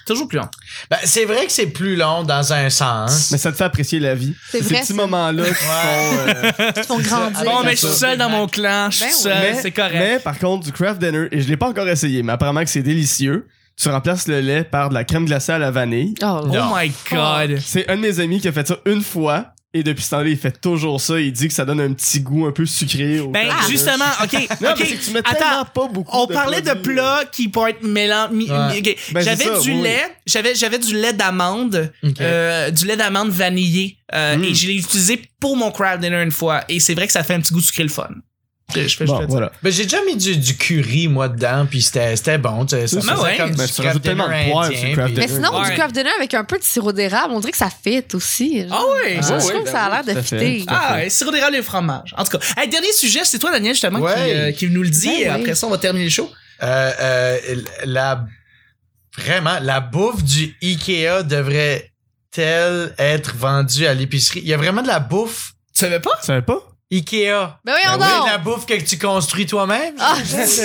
S1: C'est Toujours plus long.
S2: Ben, c'est vrai que c'est plus long dans un
S1: Hein?
S2: sens.
S4: Mais ça te fait apprécier la vie.
S3: C'est
S4: Ces
S3: vrai,
S4: petits
S3: ça.
S4: moments-là qui font. euh,
S3: Ils font
S2: Ah
S3: grandir.
S1: Bon,
S2: c'est
S1: Oh, mais je suis
S2: ça.
S1: seul dans mon clan, je suis
S3: Ben oui.
S1: seul,
S4: Mais-
S1: c'est correct.
S4: Mais par contre, du craft dinner, et je l'ai pas encore essayé, mais apparemment que c'est délicieux. Tu remplaces le lait par de la crème glacée à la vanille.
S3: Oh, là.
S1: Oh my god.
S4: C'est un de mes amis qui a fait ça une fois. Et depuis ce temps-là, il fait toujours ça. Il dit que ça donne un petit goût un peu sucré. au
S1: Ben,
S4: craft dinner.
S1: justement, ok,
S4: Non, mais
S1: ok,
S4: c'est que tu mets tellement
S1: attends.
S4: pas beaucoup.
S1: On parlait de
S4: produits.
S1: plats qui peuvent être mélan- mi-
S2: Ouais.
S1: ok.
S4: Ben, c'est
S1: j'avais
S4: ça,
S1: du
S4: oui.
S1: lait, j'avais j'avais du lait d'amande,
S2: Ok.
S1: euh, du lait d'amande vanillé, euh,
S4: Mm.
S1: et je l'ai utilisé pour mon crab dinner une fois, et c'est vrai que ça fait un petit goût sucré le fun. Je, je fais, je
S4: Bon,
S1: fais
S4: voilà.
S2: Ben, j'ai déjà mis du, du curry, moi, dedans, puis c'était c'était bon. tu sais, Ça,
S4: Ben
S2: faisait
S1: ouais.
S2: comme
S4: Ben,
S2: du
S4: ça
S2: craft
S4: rajoute tellement de
S2: dinner
S4: poivre,
S2: indien,
S4: c'est le craft
S2: puis-
S4: dinner.
S3: Mais sinon,
S1: Ouais.
S3: du craft dinner avec un peu de sirop d'érable, on dirait que ça fit aussi.
S1: ça. Ah
S3: genre.
S1: ouais.
S3: Je
S2: Ah
S3: trouve
S2: ouais,
S3: que ça a l'air
S4: tout
S3: de
S4: à fait,
S3: fitter.
S4: tout à
S1: Ah, ouais, sirop d'érable et fromage. En tout cas, Hey, dernier sujet, c'est toi, Daniel, justement, qui,
S2: Ouais.
S1: euh, qui nous le dit.
S3: Ben
S1: et
S3: oui.
S1: Après ça, on va terminer le show.
S2: Euh, euh, la, vraiment, la bouffe du Ikea devrait-elle être vendue à l'épicerie? Il y a vraiment de la bouffe
S1: Tu savais pas?
S4: Tu savais pas?
S2: Ikea.
S3: Ben oui, on
S2: Ben oui, de la
S3: dort.
S2: bouffe que tu construis toi-même.
S3: Ah,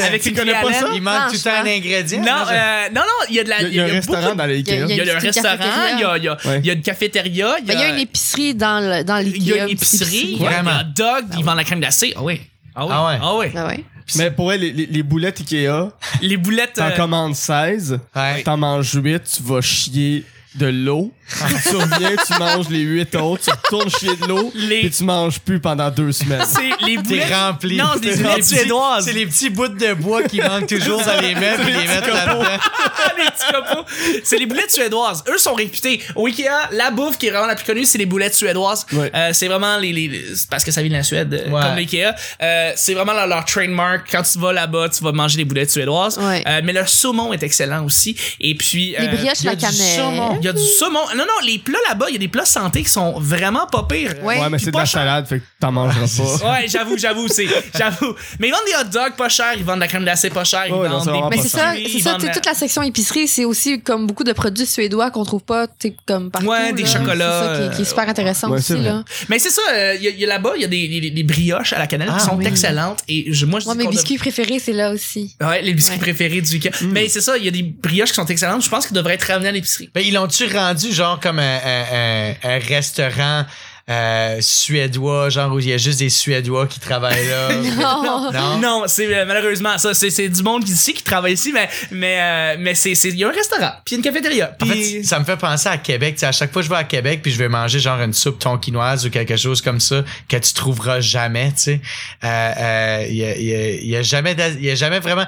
S1: Avec
S4: Tu
S1: une
S4: connais pas
S1: criolette.
S4: ça?
S2: Il manque tout le temps un
S3: Franchement.
S2: ingrédient.
S1: Non,
S2: je-
S1: euh, non, non, il y a de la.
S4: Il y a, un
S1: beaucoup
S4: restaurant
S1: de-
S4: dans les Ikea.
S3: Il
S1: Il y a
S3: une
S1: le
S3: petite
S1: restaurant,
S3: cafétéria.
S1: il y a, il y, a,
S4: Ouais.
S1: il y a une cafétéria, il
S3: Ben, il y a une épicerie dans le- dans l'Ikea.
S1: il y a une
S3: une petite
S1: épicerie, il y
S2: Ouais.
S1: a un
S2: Vraiment.
S1: hot dog, ils vendent la crème glacée. Ah oui. Ah oui.
S2: Ah ouais.
S1: Ah oui.
S3: Ben ouais.
S4: Mais pour elle, les, les- les boulettes Ikea,
S1: Les boulettes.
S4: t'en
S1: euh,
S4: commandes 16,
S2: Ouais.
S4: t'en manges 8, tu vas chier de l'eau. tu reviens, tu manges les huit autres, tu retournes chier de l'eau,
S1: Les-
S4: et tu manges plus pendant deux semaines.
S1: C'est les
S2: T'es
S1: boulettes.
S2: rempli.
S1: Non, c'est des
S2: T'es
S1: boulettes
S2: rempli.
S1: suédoises.
S2: C'est les petits bouts de bois qui manquent toujours à les mettre puis les mettre là-dedans.
S1: Ah, les petits copeaux. C'est les boulettes suédoises. Eux sont réputés. Au Ikea, la bouffe qui est vraiment la plus connue, c'est les boulettes suédoises.
S4: Ouais.
S1: Euh, c'est vraiment les, les- c'est parce que ça vient de la Suède, euh,
S2: Ouais.
S1: comme l'Ikea. Euh, c'est vraiment leur, leur trademark. Quand tu vas là-bas, tu vas manger des boulettes suédoises.
S3: Ouais.
S1: Euh, mais leur saumon est excellent aussi. Et puis euh,
S3: Les brioches
S2: il y a
S3: la
S2: du saumon.
S1: il
S3: cannelle.
S1: y a du saumon. Non, non, les plats là-bas, il y a des plats santé qui sont vraiment pas pires.
S3: Ouais.
S4: Ouais, mais
S1: Puis
S4: c'est de
S1: pas
S4: la
S1: cher.
S4: salade, fait que t'en
S1: Ah,
S4: mangeras pas.
S1: Ouais, j'avoue, j'avoue, c'est, j'avoue. Mais ils vendent des hot dogs pas chers, ils vendent de la crème glacée pas chère, ils
S4: Ouais, non,
S1: vendent
S4: c'est vraiment
S1: des
S4: Ah,
S3: Mais
S4: pas
S3: c'est ça,
S1: biscuits,
S3: c'est
S1: ils
S3: ça,
S1: vendent
S3: tu sais,
S1: la-
S3: toute la section épicerie, c'est aussi comme beaucoup de produits suédois qu'on trouve pas, tu sais, comme partout.
S1: Ouais, des
S3: là.
S1: chocolats, euh,
S3: C'est ça qui, qui est super intéressant
S4: Ouais, c'est
S3: aussi,
S4: vrai.
S3: là.
S1: Mais c'est ça, euh, il y a- il y a là-bas, il y a des, des- des brioches à la cannelle
S2: Ah
S1: qui sont
S2: oui.
S1: excellentes. Et je, moi, je
S3: Moi,
S1: dis
S3: mes
S1: qu'on
S3: biscuits préférés, c'est là aussi.
S1: dev- Ouais, les biscuits
S3: Ouais.
S1: préférés du week-end. Mais c'est ça, il y a des brioches qui sont excellentes. Je pense qu'ils devraient être ramenés à l'épicerie.
S2: Ben, ils l'ont-tu rendu genre comme un, un- un- un restaurant euh, suédois, genre où il y a juste des Suédois qui travaillent là?
S3: Non.
S2: Non.
S1: Non, c'est euh, malheureusement ça. C'est c'est du monde ici qui travaille ici, mais mais euh, mais c'est c'est- il y a un restaurant, puis une cafétéria.
S2: En
S1: Puis
S2: fait, ça me fait penser à Québec. Tu sais, à chaque fois que je vais à Québec puis je vais manger genre une soupe tonquinoise ou quelque chose comme ça que tu trouveras jamais, tu sais. Euh, euh, Il y, a, il y a- il y a jamais d'As- il y a jamais vraiment...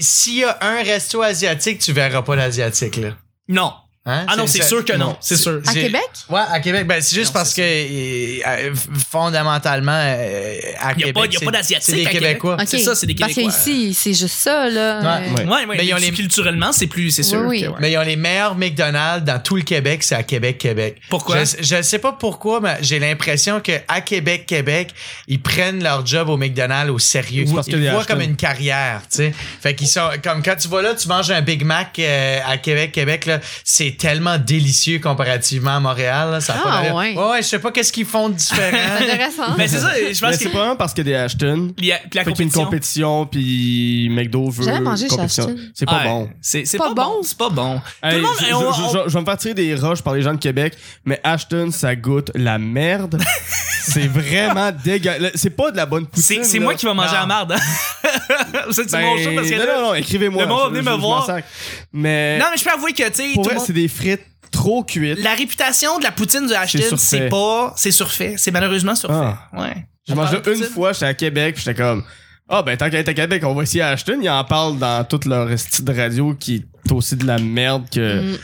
S2: S'il y a un resto asiatique, tu verras pas l'asiatique, là.
S1: non.
S2: Hein?
S1: Ah non, c'est sûr que non, c'est sûr.
S3: À
S2: c'est-
S3: Québec?
S2: Ouais, à Québec, ben, c'est juste
S1: Non,
S2: parce que
S1: c'est
S2: euh, euh, fondamentalement, euh, à
S1: Il y a
S2: Québec.
S1: pas- il y a
S2: c'est-
S1: pas d'Asiatique
S2: C'est des
S1: à Québec.
S2: Québécois.
S3: Ok.
S1: c'est ça, c'est des Québécois. euh.
S3: Parce qu'ici, c'est juste ça, là.
S2: Ouais.
S3: Euh,
S4: Ouais.
S1: Ouais, ouais,
S2: Mais ils ont
S1: les...
S2: les-
S1: culturellement, c'est plus, c'est sûr.
S3: Oui,
S1: que,
S3: oui.
S1: ouais.
S2: Mais ils ont les meilleurs McDonald's dans tout le Québec, c'est à Québec, Québec.
S1: Pourquoi?
S2: Je, je sais pas pourquoi, mais j'ai l'impression que à Québec, Québec, ils prennent leur job au McDonald's au sérieux.
S4: Oui, parce
S2: ils
S4: que
S2: le
S4: les
S2: voient
S4: Ashton.
S2: comme une carrière, tu sais. Fait qu'ils sont comme quand tu vas là, tu manges un Big Mac euh, à Québec, Québec là, c'est tellement délicieux comparativement à Montréal. Là, ça a pas
S3: Ah,
S2: d'allure.
S3: ouais.
S2: ouais, ouais, je sais pas qu'est-ce qu'ils font de différent.
S3: C'est intéressant.
S1: Mais c'est ça, je
S4: Mais
S1: pense
S4: c'est
S1: qu'il
S4: probablement parce que des Ashton.
S1: il y a puis la
S4: Fait qu'il y a une
S1: compétition.
S4: compétition, puis McDo veut.
S3: J'avais mangé chez
S4: compétition.
S3: Ashton.
S4: C'est pas
S1: Ouais,
S4: bon.
S1: C'est c'est pas,
S3: Pas
S1: bon.
S3: bon.
S1: C'est pas bon. Tout
S4: Hey,
S1: le monde.
S4: je,
S1: on-
S4: je-
S1: on-
S4: je- je vais me faire tirer des roches par les gens de Québec, mais Ashton, ça goûte la merde. c'est vraiment dégueulasse. C'est pas de la bonne
S1: C'est
S4: poutine.
S1: c'est
S4: là.
S1: moi qui vais manger
S2: Non.
S1: la marde. hein. C'est-tu
S4: Ben,
S1: mon show parce que
S4: non,
S1: là-
S4: non, non, écrivez-moi.
S1: le monde va
S4: je-
S1: venir
S4: je-
S1: me
S4: je
S1: voir.
S4: m'en sac. Mais
S1: Non, mais je peux avouer que, tu sais, tout
S4: pour vrai,
S1: le monde-
S4: c'est des frites trop cuites.
S1: la réputation de la poutine de Ashton,
S4: surfait.
S1: c'est pas. C'est surfait. C'est malheureusement surfait.
S4: Ah.
S1: Ouais.
S4: J'ai
S1: On
S4: mangé
S1: parle de
S4: une
S1: poutine.
S4: fois, j'étais à Québec, puis j'étais comme Ah, ben tant qu'à être à Québec, on va essayer à Ashton. Ils en parlent dans toute leur style de radio qui est aussi de la merde que,
S3: Mm.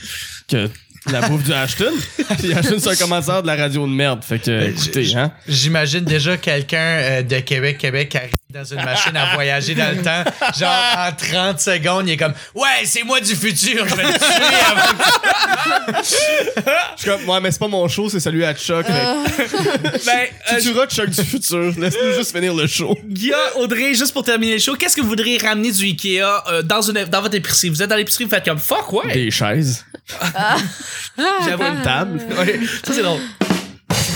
S4: que la bouffe du Ashton. puis Ashton, c'est un commentaire de la radio de merde. Fait que,
S2: Ben, je-
S4: écoutez,
S2: je-
S4: hein.
S2: J'imagine déjà quelqu'un euh, de Québec, Québec qui arrive dans une machine à voyager dans le temps. Genre, en 30 secondes, il est comme Ouais, c'est moi du futur, je vais le tuer avant que-
S4: Je suis comme Ouais, mais c'est pas mon show, c'est celui à Chuck. fait
S1: Ben,
S4: que
S1: euh,
S4: tu tueras Chuck du futur. Laisse-nous juste finir le show.
S1: Guilla, Audrey, juste pour terminer le show, qu'est-ce que vous voudriez ramener du Ikea euh, dans, une, dans votre épicerie? Vous êtes dans l'épicerie, vous faites comme fuck, ouais.
S4: Des chaises.
S1: J'avoue
S3: Euh,
S1: une
S4: Table.
S1: Ouais, ça, c'est drôle.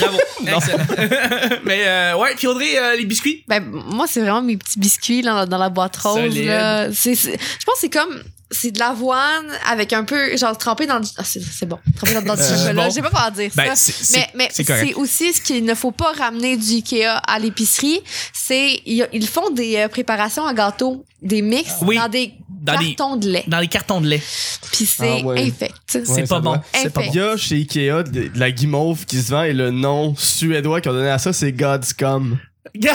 S1: Bravo. Excellent. Mais, euh, ouais, puis Audrey, euh, les biscuits.
S3: Ben, moi, c'est vraiment mes petits biscuits là, dans la boîte rose.
S1: Solide.
S3: Là. C'est, c'est- je pense que c'est comme. C'est de l'avoine avec un peu, genre, trempé dans du. Ah, c'est, c'est bon. Trempé dans, dans du
S1: Euh,
S3: chocolat.
S1: bon. Ben,
S3: Je sais pas comment dire
S4: Ben,
S3: ça. Mais, mais
S1: c'est
S3: c'est,
S1: correct.
S3: aussi ce qu'il ne faut pas ramener du Ikea à l'épicerie. C'est. il y a- Ils font des euh, préparations à gâteau, des mix
S1: Ah Oui.
S3: dans des
S1: Dans des-
S3: cartons de lait.
S1: Dans les cartons de lait.
S3: Puis c'est
S4: Ah ouais.
S3: infect.
S1: C'est
S4: Ouais,
S1: pas
S4: ça
S1: bon.
S4: doit.
S1: C'est pas
S3: Infect.
S1: bon.
S4: Il y a chez Ikea de, de la guimauve qui se vend et le nom suédois qu'ils ont donné à ça, c'est God's Come.
S1: Très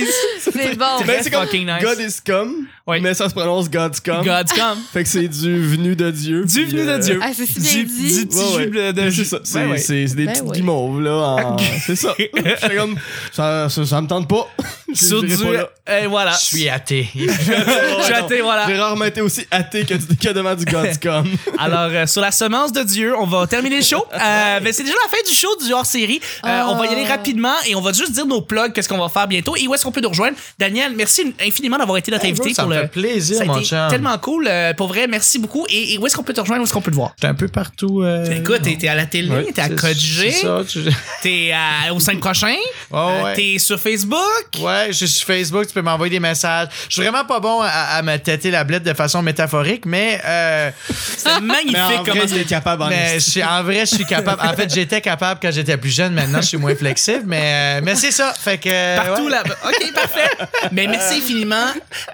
S1: nice.
S3: C'est bon.
S1: Très
S4: Ben, c'est comme
S1: Oh, fucking nice.
S4: God is Come,
S1: Ouais.
S4: mais ça se prononce God's Come.
S1: God's come.
S4: Fait que c'est du venu de Dieu.
S1: Du
S4: puis,
S1: venu de
S4: euh,
S1: Dieu.
S3: Ah, c'est si bien
S1: du,
S3: dit.
S1: du petit
S4: Ouais, ouais.
S1: jus de- de
S4: C'est ça, c'est
S1: Ouais, ouais.
S4: c'est- c'est des
S3: Ben
S4: petites
S3: ouais.
S4: guimauves, là. en- C'est ça. J'étais comme, ça, ça, ça me tente pas. Je-
S1: Sur
S4: j'irai
S1: du.
S4: pas là.
S1: Eh, voilà.
S2: Je suis athée.
S1: Je suis athée, voilà.
S4: J'ai rarement été aussi athée que, que devant du God's Come.
S1: Alors, euh, sur la semence de Dieu, on va terminer le show. Euh, ben, c'est déjà la fin du show du hors-série. Euh,
S3: Ah.
S1: On va y aller rapidement et on va juste dire nos plugs, qu'est-ce qu'on va faire bientôt et où est-ce qu'on peut nous rejoindre. Daniel, merci infiniment d'avoir été notre invité.
S2: ça
S1: pour
S2: me
S1: le...
S2: fait plaisir,
S1: Ça a
S2: mon
S1: été
S2: chum.
S1: tellement cool. euh, pour vrai, merci beaucoup. Et, et où est-ce qu'on peut te rejoindre, où est-ce qu'on peut te voir?
S2: J'étais un peu partout. euh,
S1: Ben, Écoute, t'es- t'es à la télé,
S2: ouais,
S1: t'es à
S2: c'est-
S1: Code G,
S2: c'est ça, tu-
S1: t'es à- au 5 prochain,
S2: Ouais,
S1: euh,
S2: ouais.
S1: t'es sur Facebook.
S2: Ouais, je suis sur Facebook, tu peux m'envoyer des messages. Je suis vraiment pas bon à, à me têter la blette de façon métaphorique, mais euh,
S1: C'est magnifique
S4: Mais en
S1: comment
S4: vrai, il est capable en
S2: Mais je
S4: esti.
S2: suis, en vrai, je suis capable. En fait, j'étais capable quand j'étais plus jeune. Maintenant, je suis moins flexible. Mais, euh, mais c'est ça. Fait que. euh,
S1: Partout partout là-bas. OK, parfait. Mais merci infiniment.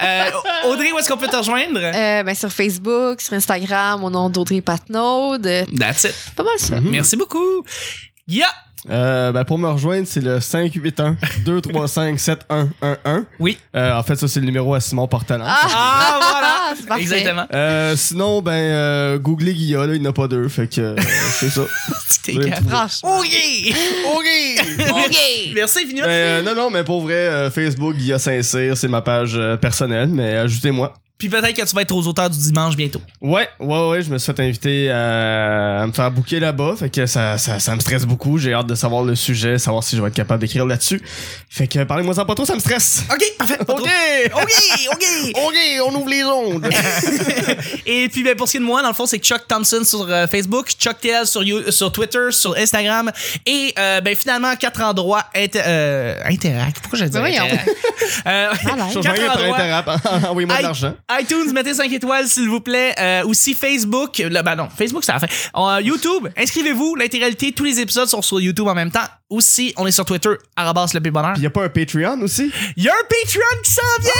S1: Euh, Audrey, où est-ce qu'on peut te rejoindre?
S3: Euh, ben, sur Facebook, sur Instagram, au nom d'Audrey Patnaud. de-
S1: That's it.
S3: Pas mal ça.
S1: Merci beaucoup. Yeah!
S4: Euh, ben, pour me rejoindre, c'est le 581 235 7111.
S1: Oui.
S4: Euh, en fait, ça, c'est le numéro à Simon Portalan.
S1: Ah,
S3: Ah, c'est parfait.
S1: Exactement.
S4: Euh, sinon, ben, euh, googlez Guilla, là, il n'y en a pas deux, fait que euh, c'est ça.
S1: T'es
S4: Vous allez me
S1: capable.
S4: trouver.
S3: Franchement.
S1: Oh yeah! Oh yeah!
S3: OK.
S1: Merci infiniment.
S4: Ben, euh, non, non, mais pour vrai, euh, Facebook, Guilla Saint-Cyr, c'est ma page euh, personnelle, mais ajoutez-moi.
S1: Puis peut-être que tu vas être aux auteurs du dimanche bientôt.
S4: Ouais, ouais, ouais, je me suis fait inviter à, à me faire bouquer là-bas, fait que ça, ça, ça me stresse beaucoup, j'ai hâte de savoir le sujet, savoir si je vais être capable d'écrire là-dessus. Fait que parlez-moi en pas trop, ça me stresse.
S1: OK, parfait. Pas trop. OK,
S3: Oh.
S1: OK.
S4: OK, on ouvre les ondes.
S1: Et puis ben, pour ce qui est de moi, dans le fond, c'est Chuck Thompson sur euh, Facebook, Chuck TL sur, You- sur Twitter, sur Instagram et euh, ben, finalement quatre endroits inter euh, interact. Pourquoi j'ai dit
S3: Ben voyons.
S1: interact? Euh,
S3: Malade.
S4: Je vais
S1: quatre
S4: venir par
S1: endroits.
S4: Interrap, envoyez-moi de
S1: I-
S4: l'argent.
S1: iTunes, mettez 5 étoiles, s'il vous plaît. Euh, aussi Facebook. Là, ben non, Facebook, c'est la fin. Euh, YouTube, inscrivez-vous. L'intégralité, tous les épisodes sont sur YouTube en même temps. Aussi, on est sur Twitter, arrobas le P bonheur.
S4: Pis y a pas un Patreon aussi?
S1: Il y a un Patreon qui s'en vient!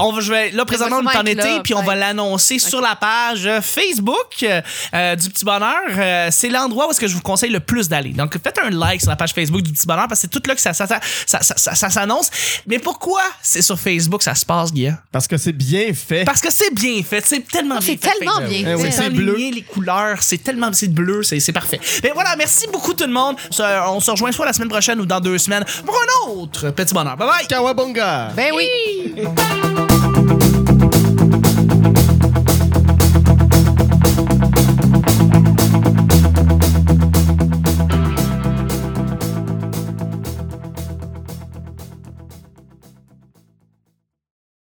S1: On va, je vais, là, présentement, on est en
S3: sûrement être là,
S1: été, puis on va
S3: peut-être.
S1: l'annoncer sur la page euh, Facebook euh, euh, du Petit Bonheur. Euh, c'est l'endroit où est-ce que je vous conseille le plus d'aller. Donc, faites un like sur la page Facebook du Petit Bonheur, parce que c'est tout là que ça, ça, ça, ça, ça- ça- ça s'annonce. Mais pourquoi c'est sur Facebook ça se passe, Guillaume?
S4: Parce que c'est bien fait.
S1: Parce que c'est bien fait. C'est tellement bien
S3: Ah, C'est
S1: fait.
S3: tellement
S1: Facebook.
S3: bien.
S4: Eh oui,
S3: fait.
S1: C'est
S4: c'est
S1: enligné,
S4: bleu.
S1: les couleurs, c'est tellement c'est bleu, c'est c'est parfait. Mais voilà, merci beaucoup tout le monde. Ça, On se rejoint soit la semaine prochaine ou dans deux semaines pour un autre petit bonheur. Bye bye.
S4: Kawabunga!
S3: Ben oui.